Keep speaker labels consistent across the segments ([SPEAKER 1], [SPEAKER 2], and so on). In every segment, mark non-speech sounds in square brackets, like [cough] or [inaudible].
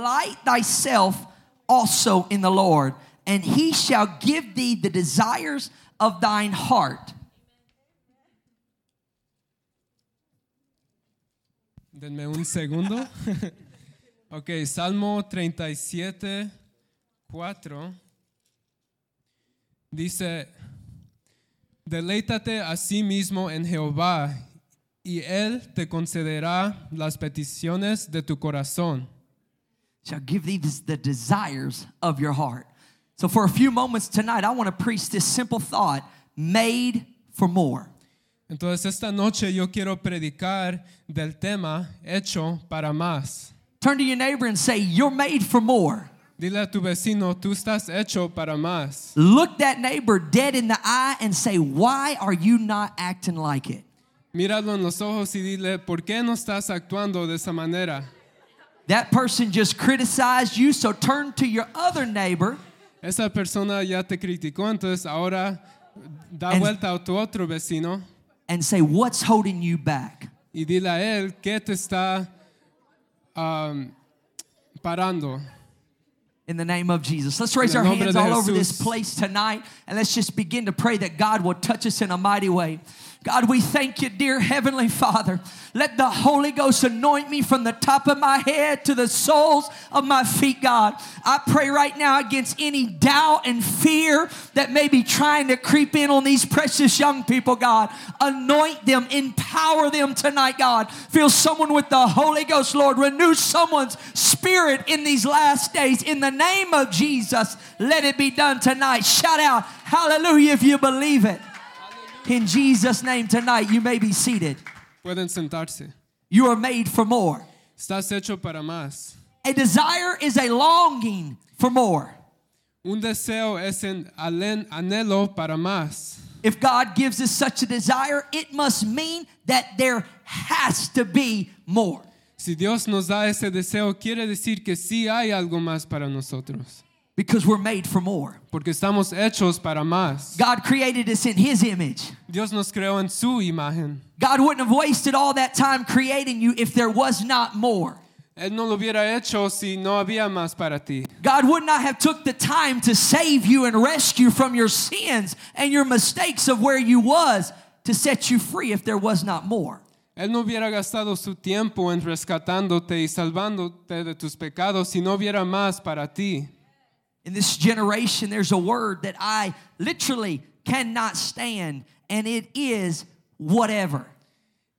[SPEAKER 1] Delight thyself also in the Lord, and he shall give thee the desires of thine heart.
[SPEAKER 2] Denme un segundo. ok, Salmo 37, 4. Dice, deleítate a sí mismo en Jehová y él te concederá las peticiones de tu corazón.
[SPEAKER 1] shall give thee des- the desires of your heart. So, for a few moments tonight, I want to preach this simple thought made for more.
[SPEAKER 2] Entonces esta noche yo quiero predicar del tema hecho para más.
[SPEAKER 1] Turn to your neighbor and say, You're made for more.
[SPEAKER 2] Dile a tu vecino, tú estás hecho para más.
[SPEAKER 1] Look that neighbor dead in the eye and say, Why are you not acting like it?
[SPEAKER 2] Míralo en los ojos y dile, ¿por qué no estás actuando de esa manera?
[SPEAKER 1] That person just criticized you, so turn to your other neighbor
[SPEAKER 2] Esa persona ya te criticó, entonces ahora da
[SPEAKER 1] And-
[SPEAKER 2] vuelta a tu otro vecino
[SPEAKER 1] and say, What's holding you back?
[SPEAKER 2] y dile a él qué te está um, parando.
[SPEAKER 1] In the name of Jesus. Let's raise our
[SPEAKER 2] En el nombre
[SPEAKER 1] hands
[SPEAKER 2] de
[SPEAKER 1] all over this
[SPEAKER 2] Jesús.
[SPEAKER 1] place tonight and let's just begin to pray that God will touch us in a mighty way. God, we thank you, dear Heavenly Father. Let the Holy Ghost anoint me from the top of my head to the soles of my feet, God. I pray right now against any doubt and fear that may be trying to creep in on these precious young people, God. Anoint them, empower them tonight, God. Fill someone with the Holy Ghost, Lord. Renew someone's spirit in these last days. In the name of Jesus, let it be done tonight. Shout out, hallelujah, if you believe it. In Jesus' name tonight, you may be seated.
[SPEAKER 2] Pueden sentarse.
[SPEAKER 1] You are made for more.
[SPEAKER 2] Estás hecho para más.
[SPEAKER 1] A desire is a longing for more.
[SPEAKER 2] Un deseo es un alen- anhelo para más.
[SPEAKER 1] If God gives us such a desire, it must mean that there has to be more.
[SPEAKER 2] Si Dios nos da ese deseo, quiere decir que sí hay algo más para nosotros,
[SPEAKER 1] Because we're made for more.
[SPEAKER 2] porque estamos hechos para más.
[SPEAKER 1] God created us in His image.
[SPEAKER 2] Dios nos creó en su imagen.
[SPEAKER 1] God wouldn't have wasted all that time creating you if there was not more.
[SPEAKER 2] Él no lo hubiera hecho si no había más para ti.
[SPEAKER 1] God would not have took the time to save you and rescue from your sins and your mistakes of where you was to set you free if there was not more.
[SPEAKER 2] Él no hubiera gastado su tiempo en rescatándote y salvándote de tus pecados si no hubiera más para ti.
[SPEAKER 1] In this generation, there's a word that I literally cannot stand, and it is whatever.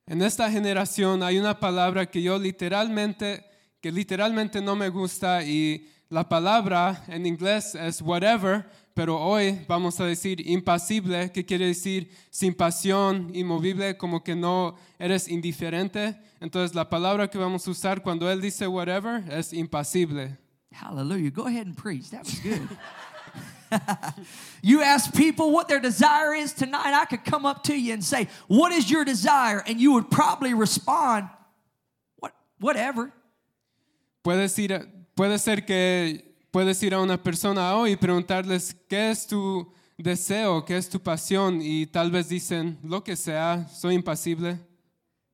[SPEAKER 2] En esta generación hay una palabra que yo literalmente, que literalmente no me gusta y la palabra en inglés es whatever, pero hoy vamos a decir impasible, que quiere decir sin pasión, inmovible, como que no eres indiferente. Entonces la palabra que vamos a usar cuando él dice whatever es impasible.
[SPEAKER 1] Hallelujah. Go ahead and preach. That was good. [laughs] you ask people what their desire is tonight. I could come up to you and say, What is your desire? And you would probably respond, What whatever.
[SPEAKER 2] Puedes ir, a- puede ser que puedes ir a una persona hoy y preguntarles qué es tu deseo, qué es tu pasión y tal vez dicen lo que sea, soy impasible.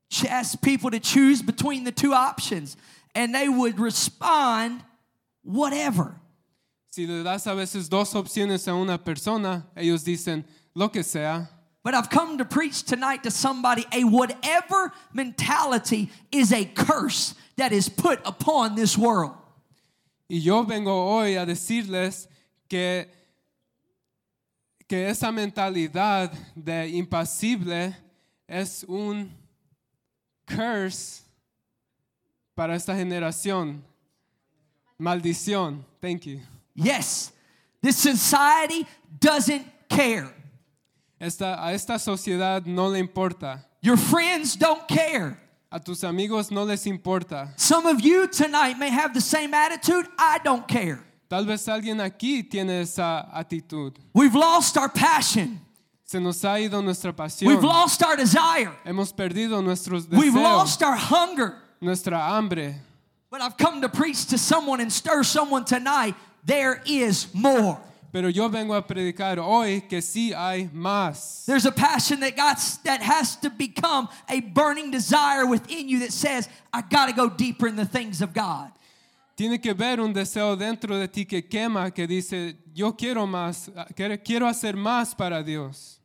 [SPEAKER 1] Ch- Ask people to choose between the two options. And they would respond, whatever.
[SPEAKER 2] Si le das a veces dos opciones a una persona, ellos dicen lo que sea.
[SPEAKER 1] But I've come to preach tonight to somebody a whatever mentality is a curse that is put upon this world.
[SPEAKER 2] Y yo vengo hoy a decirles que, que esa mentalidad de impasible es un curse para esta generación. Maldición. Thank you.
[SPEAKER 1] Yes, this society doesn't care.
[SPEAKER 2] Esta, a esta sociedad no le importa.
[SPEAKER 1] Your friends don't care.
[SPEAKER 2] A tus amigos no les importa.
[SPEAKER 1] Some of you tonight may have the same attitude I don't care.
[SPEAKER 2] Tal vez alguien aquí tiene esa actitud.
[SPEAKER 1] We've lost our passion,
[SPEAKER 2] Se nos ha ido nuestra pasión.
[SPEAKER 1] we've lost our desire,
[SPEAKER 2] Hemos perdido nuestros
[SPEAKER 1] we've
[SPEAKER 2] deseos,
[SPEAKER 1] lost our hunger.
[SPEAKER 2] nuestra hambre.
[SPEAKER 1] But I've come to preach to someone and stir someone tonight. There is more.
[SPEAKER 2] Pero yo vengo a predicar hoy que sí hay más.
[SPEAKER 1] There's a passion that got that has to become a burning desire within you that says, I gotta go deeper in the things of God.
[SPEAKER 2] Tiene que ver un deseo dentro de ti que quema, que dice, yo quiero más, quiero- quiero hacer más para Dios.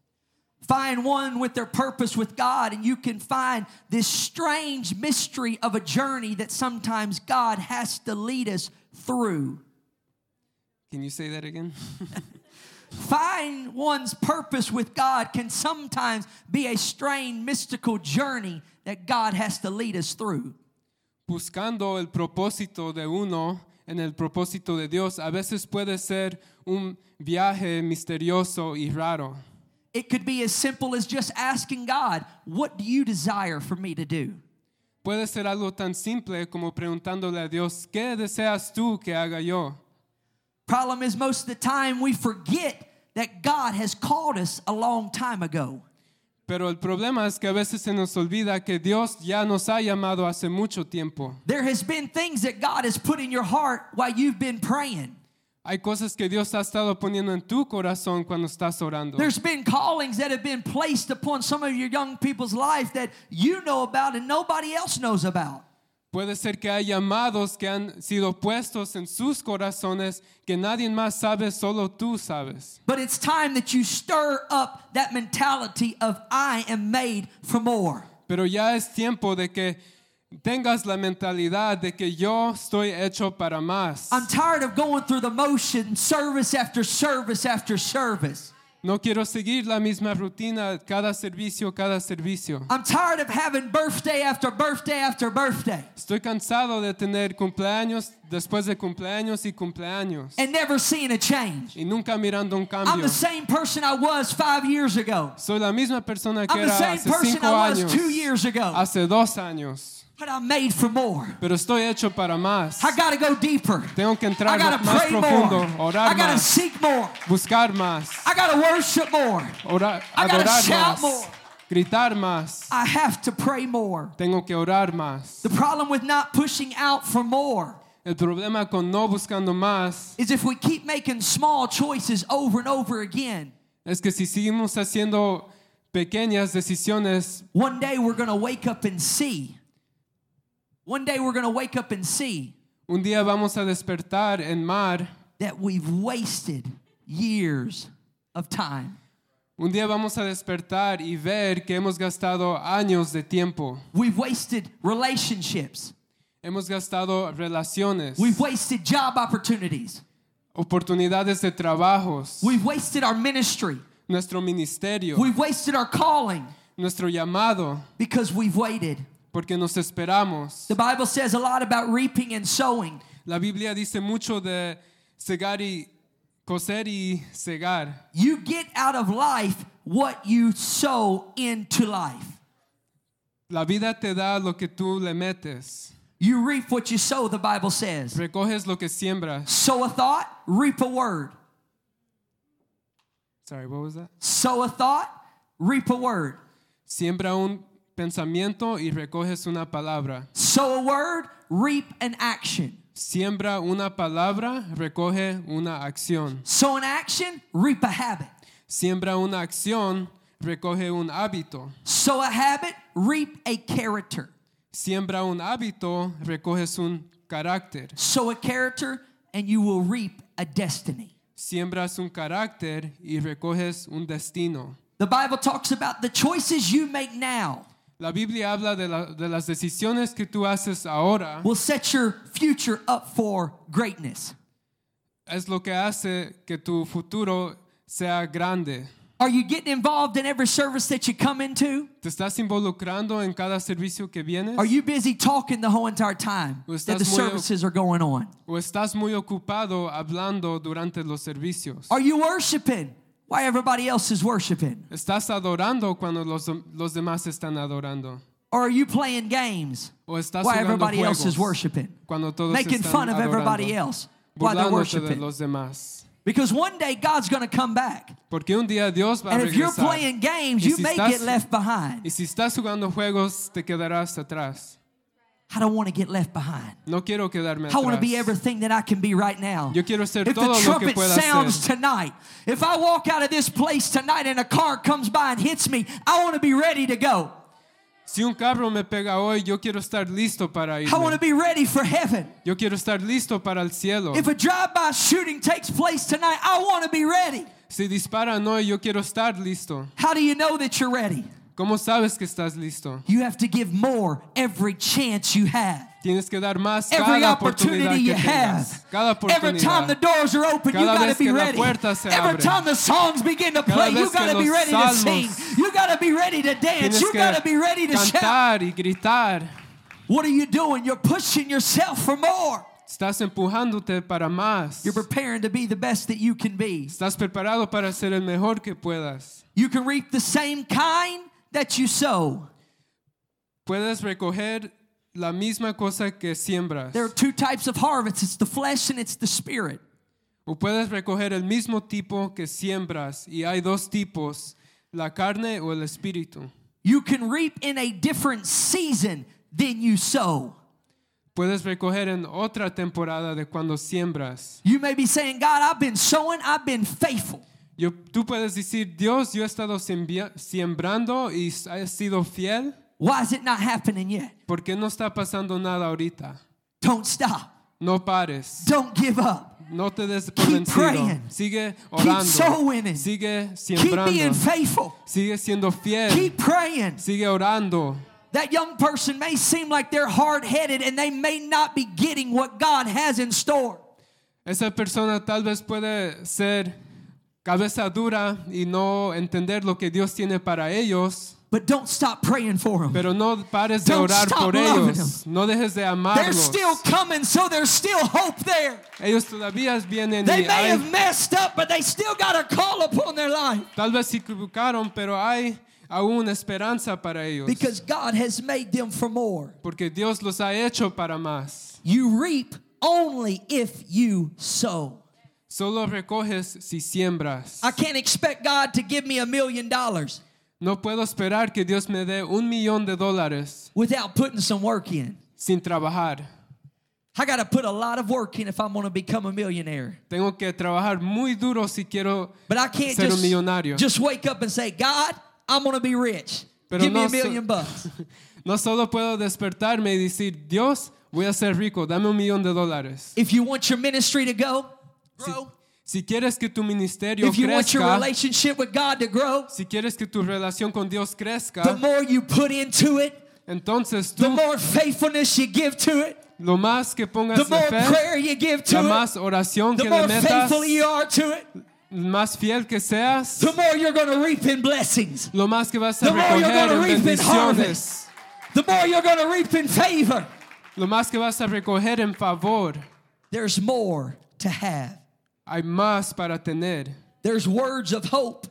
[SPEAKER 1] Find one with their purpose with God, and you can find this strange mystery of a journey that sometimes God has to lead us through.
[SPEAKER 2] Can you say that again? [laughs]
[SPEAKER 1] Find one's purpose with God can sometimes be a strange mystical journey that God has to lead us through.
[SPEAKER 2] buscando el propósito de uno en el propósito de Dios, a veces puede ser un viaje misterioso y raro.
[SPEAKER 1] It could be as simple as just asking God, What do you desire for me to do?
[SPEAKER 2] Puede ser algo tan simple como preguntándole a Dios, ¿qué deseas tú que haga yo?
[SPEAKER 1] Problem is, most of the time we forget that God has called us a long time ago.
[SPEAKER 2] Pero el problema es que a veces se nos olvida que Dios ya nos ha llamado hace mucho tiempo.
[SPEAKER 1] There has been things that God has put in your heart while you've been praying.
[SPEAKER 2] Hay cosas que Dios ha estado poniendo en tu corazón cuando estás orando.
[SPEAKER 1] There's been callings that have been placed upon some of your young people's life that you know about and nobody else knows about.
[SPEAKER 2] Puede ser que hay llamados que han sido puestos en sus corazones que nadie más sabe, solo tú sabes.
[SPEAKER 1] But it's time that you stir up that mentality of I am made for more.
[SPEAKER 2] Pero ya es tiempo de que tengas la mentalidad de que yo estoy hecho para más.
[SPEAKER 1] I'm tired of going through the motion, service after service after service.
[SPEAKER 2] No quiero seguir la misma rutina cada servicio, cada servicio.
[SPEAKER 1] I'm tired of having birthday after birthday after birthday
[SPEAKER 2] Estoy cansado de tener cumpleaños después de cumpleaños y cumpleaños
[SPEAKER 1] and never seeing a change.
[SPEAKER 2] y nunca mirando un
[SPEAKER 1] I'm
[SPEAKER 2] cambio.
[SPEAKER 1] the same person I was five years ago.
[SPEAKER 2] Soy la misma persona que
[SPEAKER 1] I'm the
[SPEAKER 2] era
[SPEAKER 1] same
[SPEAKER 2] hace
[SPEAKER 1] person
[SPEAKER 2] cinco
[SPEAKER 1] I was
[SPEAKER 2] años,
[SPEAKER 1] two years ago.
[SPEAKER 2] hace dos años,
[SPEAKER 1] But I'm made for more.
[SPEAKER 2] pero estoy hecho para más.
[SPEAKER 1] I gotta go deeper.
[SPEAKER 2] Tengo que entrar
[SPEAKER 1] I gotta
[SPEAKER 2] más
[SPEAKER 1] pray
[SPEAKER 2] profundo,
[SPEAKER 1] more. I
[SPEAKER 2] orar
[SPEAKER 1] gotta
[SPEAKER 2] más,
[SPEAKER 1] seek more.
[SPEAKER 2] buscar más,
[SPEAKER 1] I gotta worship more.
[SPEAKER 2] orar,
[SPEAKER 1] I gotta
[SPEAKER 2] adorar
[SPEAKER 1] shout
[SPEAKER 2] más,
[SPEAKER 1] more.
[SPEAKER 2] gritar más.
[SPEAKER 1] I have to pray more.
[SPEAKER 2] Tengo que orar más.
[SPEAKER 1] The problem with not pushing out for more
[SPEAKER 2] El problema con no buscando más
[SPEAKER 1] is if we keep making small choices over and over again,
[SPEAKER 2] es que si seguimos haciendo pequeñas decisiones,
[SPEAKER 1] one day we're going to wake up and see. One day we're going to wake up and see
[SPEAKER 2] un día vamos a despertar en mar,
[SPEAKER 1] that we've wasted years of time.
[SPEAKER 2] un día vamos a despertar y ver que hemos gastado años de tiempo,
[SPEAKER 1] We've wasted relationships.
[SPEAKER 2] hemos gastado relaciones,
[SPEAKER 1] We've wasted job opportunities.
[SPEAKER 2] oportunidades de trabajos,
[SPEAKER 1] We've wasted our ministry.
[SPEAKER 2] nuestro ministerio,
[SPEAKER 1] We've wasted our calling
[SPEAKER 2] nuestro llamado,
[SPEAKER 1] because we've waited.
[SPEAKER 2] porque nos esperamos.
[SPEAKER 1] The Bible says a lot about reaping and sowing.
[SPEAKER 2] La Biblia dice mucho de cegar y coser y cegar.
[SPEAKER 1] You get out of life what you sow into life.
[SPEAKER 2] La vida te da lo que tú le metes.
[SPEAKER 1] You reap what you sow, the Bible says.
[SPEAKER 2] Recoges lo que siembras.
[SPEAKER 1] Sow a thought, reap a word.
[SPEAKER 2] Sorry, what was that?
[SPEAKER 1] Sow a thought, reap a word.
[SPEAKER 2] Siembra un pensamiento y recoges una palabra.
[SPEAKER 1] Sow a word, reap an action.
[SPEAKER 2] Siembra una palabra, recoge una acción.
[SPEAKER 1] Sow an action, reap a habit.
[SPEAKER 2] Siembra una acción, recoge un hábito.
[SPEAKER 1] Sow a habit, reap a character.
[SPEAKER 2] Siembra un hábito, recoges un carácter.
[SPEAKER 1] Sow a character, and you will reap a destiny.
[SPEAKER 2] Siembras un carácter y recoges un destino.
[SPEAKER 1] The Bible talks about the choices you make now
[SPEAKER 2] La Biblia habla de, la- de las decisiones que tú haces ahora.
[SPEAKER 1] will set your future up for greatness.
[SPEAKER 2] es lo que hace que tu futuro sea grande.
[SPEAKER 1] Are you getting involved in every service that you come into?
[SPEAKER 2] ¿Te estás involucrando en cada servicio que vienes?
[SPEAKER 1] Are you busy talking the whole entire time
[SPEAKER 2] Pues
[SPEAKER 1] that the
[SPEAKER 2] estás muy-
[SPEAKER 1] services are going on?
[SPEAKER 2] ¿O estás muy ocupado hablando durante los servicios?
[SPEAKER 1] Are you worshiping while everybody else is worshiping?
[SPEAKER 2] ¿Estás adorando cuando los, los demás están adorando?
[SPEAKER 1] Or are you playing games
[SPEAKER 2] ¿O estás
[SPEAKER 1] while
[SPEAKER 2] jugando
[SPEAKER 1] everybody else is
[SPEAKER 2] juegos
[SPEAKER 1] worshiping?
[SPEAKER 2] cuando todos
[SPEAKER 1] Making
[SPEAKER 2] están
[SPEAKER 1] fun of
[SPEAKER 2] adorando?
[SPEAKER 1] everybody else while they're
[SPEAKER 2] burlándote de
[SPEAKER 1] worshiping?
[SPEAKER 2] los demás.
[SPEAKER 1] Because one day God's going to come back.
[SPEAKER 2] Porque un día Dios va a
[SPEAKER 1] And if you're
[SPEAKER 2] regresar.
[SPEAKER 1] playing games,
[SPEAKER 2] Y
[SPEAKER 1] you
[SPEAKER 2] si
[SPEAKER 1] may
[SPEAKER 2] estás-
[SPEAKER 1] get left behind.
[SPEAKER 2] Y si estás jugando juegos, te quedarás atrás.
[SPEAKER 1] I don't want to get left behind.
[SPEAKER 2] No quiero quedarme
[SPEAKER 1] I
[SPEAKER 2] atrás.
[SPEAKER 1] want to be everything that I can be right now.
[SPEAKER 2] Yo quiero ser
[SPEAKER 1] if
[SPEAKER 2] todo
[SPEAKER 1] the
[SPEAKER 2] lo que
[SPEAKER 1] trumpet
[SPEAKER 2] pueda
[SPEAKER 1] sounds
[SPEAKER 2] ser.
[SPEAKER 1] tonight, if I walk out of this place tonight and a car comes by and hits me, I want to be ready to go.
[SPEAKER 2] Si un carro me pega hoy, yo quiero estar listo para ir.
[SPEAKER 1] I want to be ready for heaven.
[SPEAKER 2] Yo quiero estar listo para el cielo.
[SPEAKER 1] If a drive by shooting takes place tonight, I want to be ready.
[SPEAKER 2] Si disparan hoy, yo quiero estar listo.
[SPEAKER 1] How do you know that you're ready?
[SPEAKER 2] ¿Cómo sabes que estás listo?
[SPEAKER 1] You have to give more every chance you have.
[SPEAKER 2] Tienes que dar más
[SPEAKER 1] Every
[SPEAKER 2] cada oportunidad
[SPEAKER 1] opportunity you
[SPEAKER 2] que tengas.
[SPEAKER 1] have.
[SPEAKER 2] Cada
[SPEAKER 1] Every time the
[SPEAKER 2] oportunidad.
[SPEAKER 1] doors are open, you
[SPEAKER 2] Cada
[SPEAKER 1] got
[SPEAKER 2] vez
[SPEAKER 1] to be
[SPEAKER 2] que la
[SPEAKER 1] ready.
[SPEAKER 2] puerta se
[SPEAKER 1] Every
[SPEAKER 2] abre.
[SPEAKER 1] time the songs begin to
[SPEAKER 2] Cada
[SPEAKER 1] play, you
[SPEAKER 2] vez que
[SPEAKER 1] got to be
[SPEAKER 2] los
[SPEAKER 1] ready to
[SPEAKER 2] salmos-
[SPEAKER 1] sing. You got to be ready to dance.
[SPEAKER 2] Tienes
[SPEAKER 1] You got to be ready
[SPEAKER 2] que
[SPEAKER 1] to shout.
[SPEAKER 2] cantar y gritar.
[SPEAKER 1] What are you doing? You're pushing yourself for more.
[SPEAKER 2] Estás empujándote para más.
[SPEAKER 1] You're preparing to be the best that you can be.
[SPEAKER 2] Estás preparado para ser el mejor que puedas.
[SPEAKER 1] You can reap the same kind that you sow.
[SPEAKER 2] Puedes recoger la misma cosa que siembras.
[SPEAKER 1] There are two types of harvests it's the flesh and it's the spirit.
[SPEAKER 2] O puedes recoger el mismo tipo que siembras. Y hay dos tipos, la carne o el espíritu.
[SPEAKER 1] You can reap in a different season than you sow.
[SPEAKER 2] Puedes recoger en otra temporada de cuando siembras.
[SPEAKER 1] You may be saying, God, I've been sowing, I've been faithful.
[SPEAKER 2] Yo, tú puedes decir, Dios, yo he estado siembia- siembrando y he sido fiel.
[SPEAKER 1] Why is it not happening yet?
[SPEAKER 2] ¿Por qué no está pasando nada ahorita?
[SPEAKER 1] Don't stop.
[SPEAKER 2] No pares.
[SPEAKER 1] Don't give up.
[SPEAKER 2] No te des por
[SPEAKER 1] Keep
[SPEAKER 2] vencido.
[SPEAKER 1] praying.
[SPEAKER 2] Sigue orando.
[SPEAKER 1] sowing.
[SPEAKER 2] Sigue
[SPEAKER 1] Keep being
[SPEAKER 2] siembrando.
[SPEAKER 1] faithful.
[SPEAKER 2] Sigue siendo fiel.
[SPEAKER 1] Keep praying.
[SPEAKER 2] Sigue orando.
[SPEAKER 1] That young person may seem like they're hard headed and they may not be getting what God has in store.
[SPEAKER 2] Esa persona tal vez puede ser cabeza dura y no entender lo que Dios tiene para ellos,
[SPEAKER 1] But don't stop praying for them.
[SPEAKER 2] pero no pares de
[SPEAKER 1] Don't
[SPEAKER 2] orar
[SPEAKER 1] stop
[SPEAKER 2] por
[SPEAKER 1] loving
[SPEAKER 2] ellos. No dejes de
[SPEAKER 1] They're
[SPEAKER 2] amarlos.
[SPEAKER 1] still coming, so there's still hope there.
[SPEAKER 2] Ellos todavía vienen
[SPEAKER 1] They
[SPEAKER 2] y
[SPEAKER 1] may
[SPEAKER 2] hay-
[SPEAKER 1] have messed up, but they still got a call upon their life
[SPEAKER 2] tal vez se equivocaron, pero hay aún esperanza para ellos.
[SPEAKER 1] because God has made them for more.
[SPEAKER 2] Porque Dios los ha hecho para más.
[SPEAKER 1] You reap only if you sow.
[SPEAKER 2] Solo recoges si siembras.
[SPEAKER 1] I can't expect God to give me a million dollars
[SPEAKER 2] No puedo esperar que Dios me dé un millón de dólares
[SPEAKER 1] without putting some work in.
[SPEAKER 2] sin trabajar.
[SPEAKER 1] I got to put a lot of work in if I'm going to become a millionaire.
[SPEAKER 2] Tengo que trabajar muy duro si quiero
[SPEAKER 1] But I can't
[SPEAKER 2] ser un
[SPEAKER 1] just,
[SPEAKER 2] millonario.
[SPEAKER 1] just wake up and say, God, I'm going to be rich.
[SPEAKER 2] Pero
[SPEAKER 1] Give me
[SPEAKER 2] no
[SPEAKER 1] a
[SPEAKER 2] so-
[SPEAKER 1] million
[SPEAKER 2] [laughs]
[SPEAKER 1] bucks.
[SPEAKER 2] No solo puedo despertarme y decir, Dios, voy a ser rico, dame un millón de dólares.
[SPEAKER 1] If you want your ministry to go, grow.
[SPEAKER 2] Si quieres que tu ministerio
[SPEAKER 1] If you want your
[SPEAKER 2] crezca,
[SPEAKER 1] relationship with God to grow,
[SPEAKER 2] si quieres que tu relación con Dios crezca,
[SPEAKER 1] the more you put into it,
[SPEAKER 2] entonces
[SPEAKER 1] the
[SPEAKER 2] tú,
[SPEAKER 1] more faithfulness you give to it,
[SPEAKER 2] lo más que
[SPEAKER 1] the
[SPEAKER 2] pongas de
[SPEAKER 1] more
[SPEAKER 2] fe,
[SPEAKER 1] prayer you give to
[SPEAKER 2] la
[SPEAKER 1] it,
[SPEAKER 2] más oración
[SPEAKER 1] the
[SPEAKER 2] que le
[SPEAKER 1] more
[SPEAKER 2] metas,
[SPEAKER 1] faithful you are to it,
[SPEAKER 2] más fiel que seas,
[SPEAKER 1] the more you're going to reap in blessings,
[SPEAKER 2] lo más que vas a
[SPEAKER 1] the more you're
[SPEAKER 2] recoger
[SPEAKER 1] going to
[SPEAKER 2] en
[SPEAKER 1] reap in
[SPEAKER 2] bendiciones.
[SPEAKER 1] harvest, the more you're going to reap in favor.
[SPEAKER 2] Lo más que vas a recoger en favor,
[SPEAKER 1] There's more to have.
[SPEAKER 2] hay más para tener.
[SPEAKER 1] There's words of hope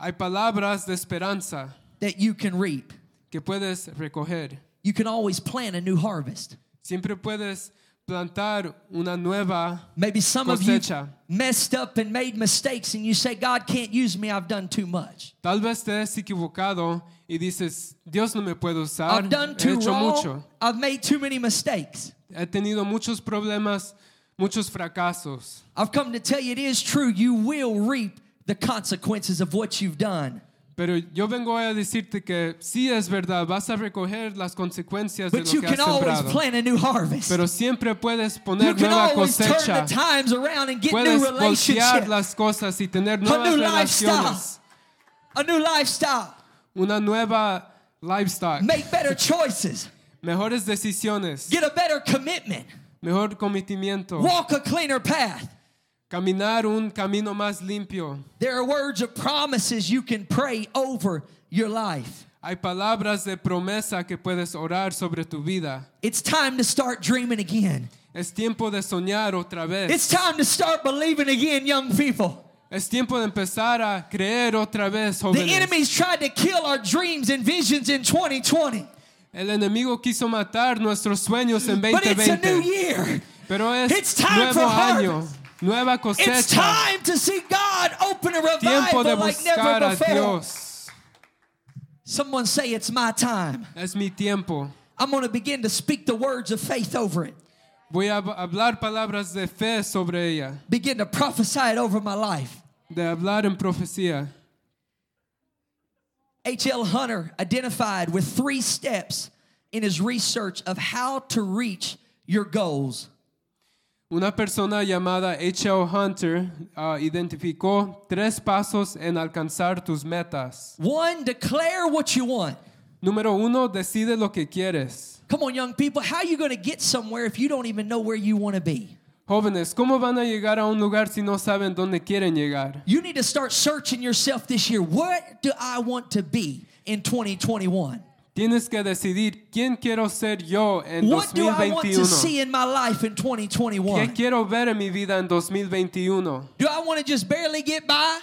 [SPEAKER 2] Hay palabras de esperanza
[SPEAKER 1] that you can reap.
[SPEAKER 2] que puedes recoger.
[SPEAKER 1] You can always plant a new harvest.
[SPEAKER 2] Siempre puedes plantar una nueva.
[SPEAKER 1] Maybe some of you
[SPEAKER 2] Cosecha.
[SPEAKER 1] messed up and made mistakes, and you say, God can't use me, I've done too much.
[SPEAKER 2] Tal vez te has equivocado y dices, Dios no me puede usar.
[SPEAKER 1] I've done
[SPEAKER 2] He
[SPEAKER 1] too
[SPEAKER 2] hecho
[SPEAKER 1] wrong.
[SPEAKER 2] mucho.
[SPEAKER 1] I've made too many mistakes.
[SPEAKER 2] He tenido muchos problemas, muchos fracasos.
[SPEAKER 1] I've come to tell you it is true. You will reap the consequences of what you've done.
[SPEAKER 2] Pero yo vengo a decirte que sí es verdad, vas a recoger las consecuencias de
[SPEAKER 1] But
[SPEAKER 2] lo
[SPEAKER 1] you
[SPEAKER 2] que has
[SPEAKER 1] can always
[SPEAKER 2] sembrado.
[SPEAKER 1] plant a new harvest.
[SPEAKER 2] Pero siempre puedes
[SPEAKER 1] You
[SPEAKER 2] poner
[SPEAKER 1] can
[SPEAKER 2] nueva
[SPEAKER 1] always
[SPEAKER 2] cosecha.
[SPEAKER 1] turn the times around and get
[SPEAKER 2] Puedes
[SPEAKER 1] new
[SPEAKER 2] voltear
[SPEAKER 1] relationships,
[SPEAKER 2] las cosas y tener nuevas
[SPEAKER 1] new lifestyle.
[SPEAKER 2] relaciones,
[SPEAKER 1] a new lifestyle,
[SPEAKER 2] una nueva lifestyle,
[SPEAKER 1] make better choices,
[SPEAKER 2] mejores decisiones,
[SPEAKER 1] get a better commitment,
[SPEAKER 2] mejor cometimiento,
[SPEAKER 1] walk a cleaner path.
[SPEAKER 2] caminar un camino más limpio.
[SPEAKER 1] There are words of promises you can pray over your life.
[SPEAKER 2] Hay palabras de promesa que puedes orar sobre tu vida.
[SPEAKER 1] It's time to start dreaming again.
[SPEAKER 2] Es tiempo de soñar otra vez.
[SPEAKER 1] It's time to start believing again, young people.
[SPEAKER 2] es tiempo de empezar a creer otra vez,
[SPEAKER 1] The
[SPEAKER 2] jóvenes.
[SPEAKER 1] enemies tried to kill our dreams and visions in 2020,
[SPEAKER 2] El enemigo quiso matar nuestros sueños en
[SPEAKER 1] but it's a new
[SPEAKER 2] 2020,
[SPEAKER 1] year.
[SPEAKER 2] pero
[SPEAKER 1] It's
[SPEAKER 2] es
[SPEAKER 1] time
[SPEAKER 2] nuevo
[SPEAKER 1] for
[SPEAKER 2] año,
[SPEAKER 1] harvest.
[SPEAKER 2] nueva cosecha.
[SPEAKER 1] It's time to see God open a
[SPEAKER 2] tiempo de
[SPEAKER 1] revival like
[SPEAKER 2] buscar
[SPEAKER 1] never
[SPEAKER 2] a
[SPEAKER 1] before.
[SPEAKER 2] Dios.
[SPEAKER 1] Someone say, It's my time.
[SPEAKER 2] Es mi tiempo.
[SPEAKER 1] I'm going to begin to speak the words of faith over it,
[SPEAKER 2] Voy a hab- hablar palabras de fe sobre ella,
[SPEAKER 1] begin to prophesy it over my life.
[SPEAKER 2] de hablar en profecía.
[SPEAKER 1] H.L. Hunter identified with three steps in his research of how to reach your goals.
[SPEAKER 2] Una persona llamada H.L. Hunter ah, identificó tres pasos en alcanzar tus metas.
[SPEAKER 1] One, declare what you want.
[SPEAKER 2] Número uno, decide lo que quieres.
[SPEAKER 1] Come on, young people, how are you going to get somewhere if you don't even know where you want to be?
[SPEAKER 2] Jóvenes, ¿cómo van a llegar a un lugar si no saben dónde quieren llegar?
[SPEAKER 1] You need to start searching yourself this year. What do I want to be in 2021?
[SPEAKER 2] Tienes que decidir quién quiero ser yo en
[SPEAKER 1] What do I want to
[SPEAKER 2] 2021.
[SPEAKER 1] see in my life in
[SPEAKER 2] ¿Qué
[SPEAKER 1] 2021?
[SPEAKER 2] quiero ver en mi vida en 2021?
[SPEAKER 1] Do I want to just barely get by?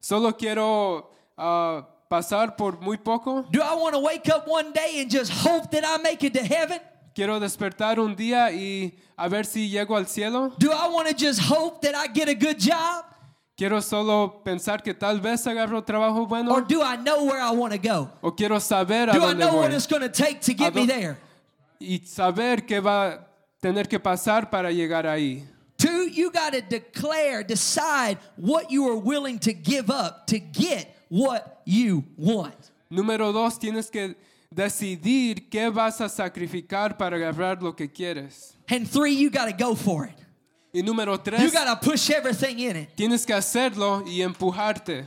[SPEAKER 2] ¿Solo quiero ah, pasar por muy poco?
[SPEAKER 1] Do I want to wake up one day and just hope that I make it to heaven?
[SPEAKER 2] ¿Quiero despertar un día y a ver si llego al cielo?
[SPEAKER 1] Do I want to just hope that I get a good job?
[SPEAKER 2] ¿Quiero solo pensar que tal vez agarro trabajo
[SPEAKER 1] Or
[SPEAKER 2] bueno?
[SPEAKER 1] do I know where I want to go?
[SPEAKER 2] ¿O quiero saber a
[SPEAKER 1] Do I
[SPEAKER 2] dónde
[SPEAKER 1] know what
[SPEAKER 2] voy?
[SPEAKER 1] it's going to take to get me
[SPEAKER 2] Adó-
[SPEAKER 1] there?
[SPEAKER 2] Y saber qué va a tener que pasar para llegar ahí.
[SPEAKER 1] Two, you got to declare, decide what you are willing to give up to get what you want.
[SPEAKER 2] Número dos, tienes que decidir qué vas a sacrificar para agarrar lo que quieres.
[SPEAKER 1] And three, you got to go for it.
[SPEAKER 2] Y número
[SPEAKER 1] You
[SPEAKER 2] tres,
[SPEAKER 1] got to push everything in it
[SPEAKER 2] tienes que hacerlo y empujarte.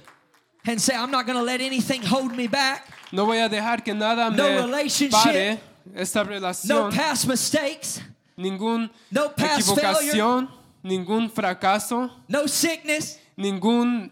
[SPEAKER 1] and say, I'm not going to let anything hold me back.
[SPEAKER 2] No voy a dejar que nada
[SPEAKER 1] No
[SPEAKER 2] me
[SPEAKER 1] relationship.
[SPEAKER 2] pare esta
[SPEAKER 1] No
[SPEAKER 2] relación.
[SPEAKER 1] past mistakes,
[SPEAKER 2] Ningún
[SPEAKER 1] No past
[SPEAKER 2] equivocación, ningún fracaso,
[SPEAKER 1] no sickness,
[SPEAKER 2] ningún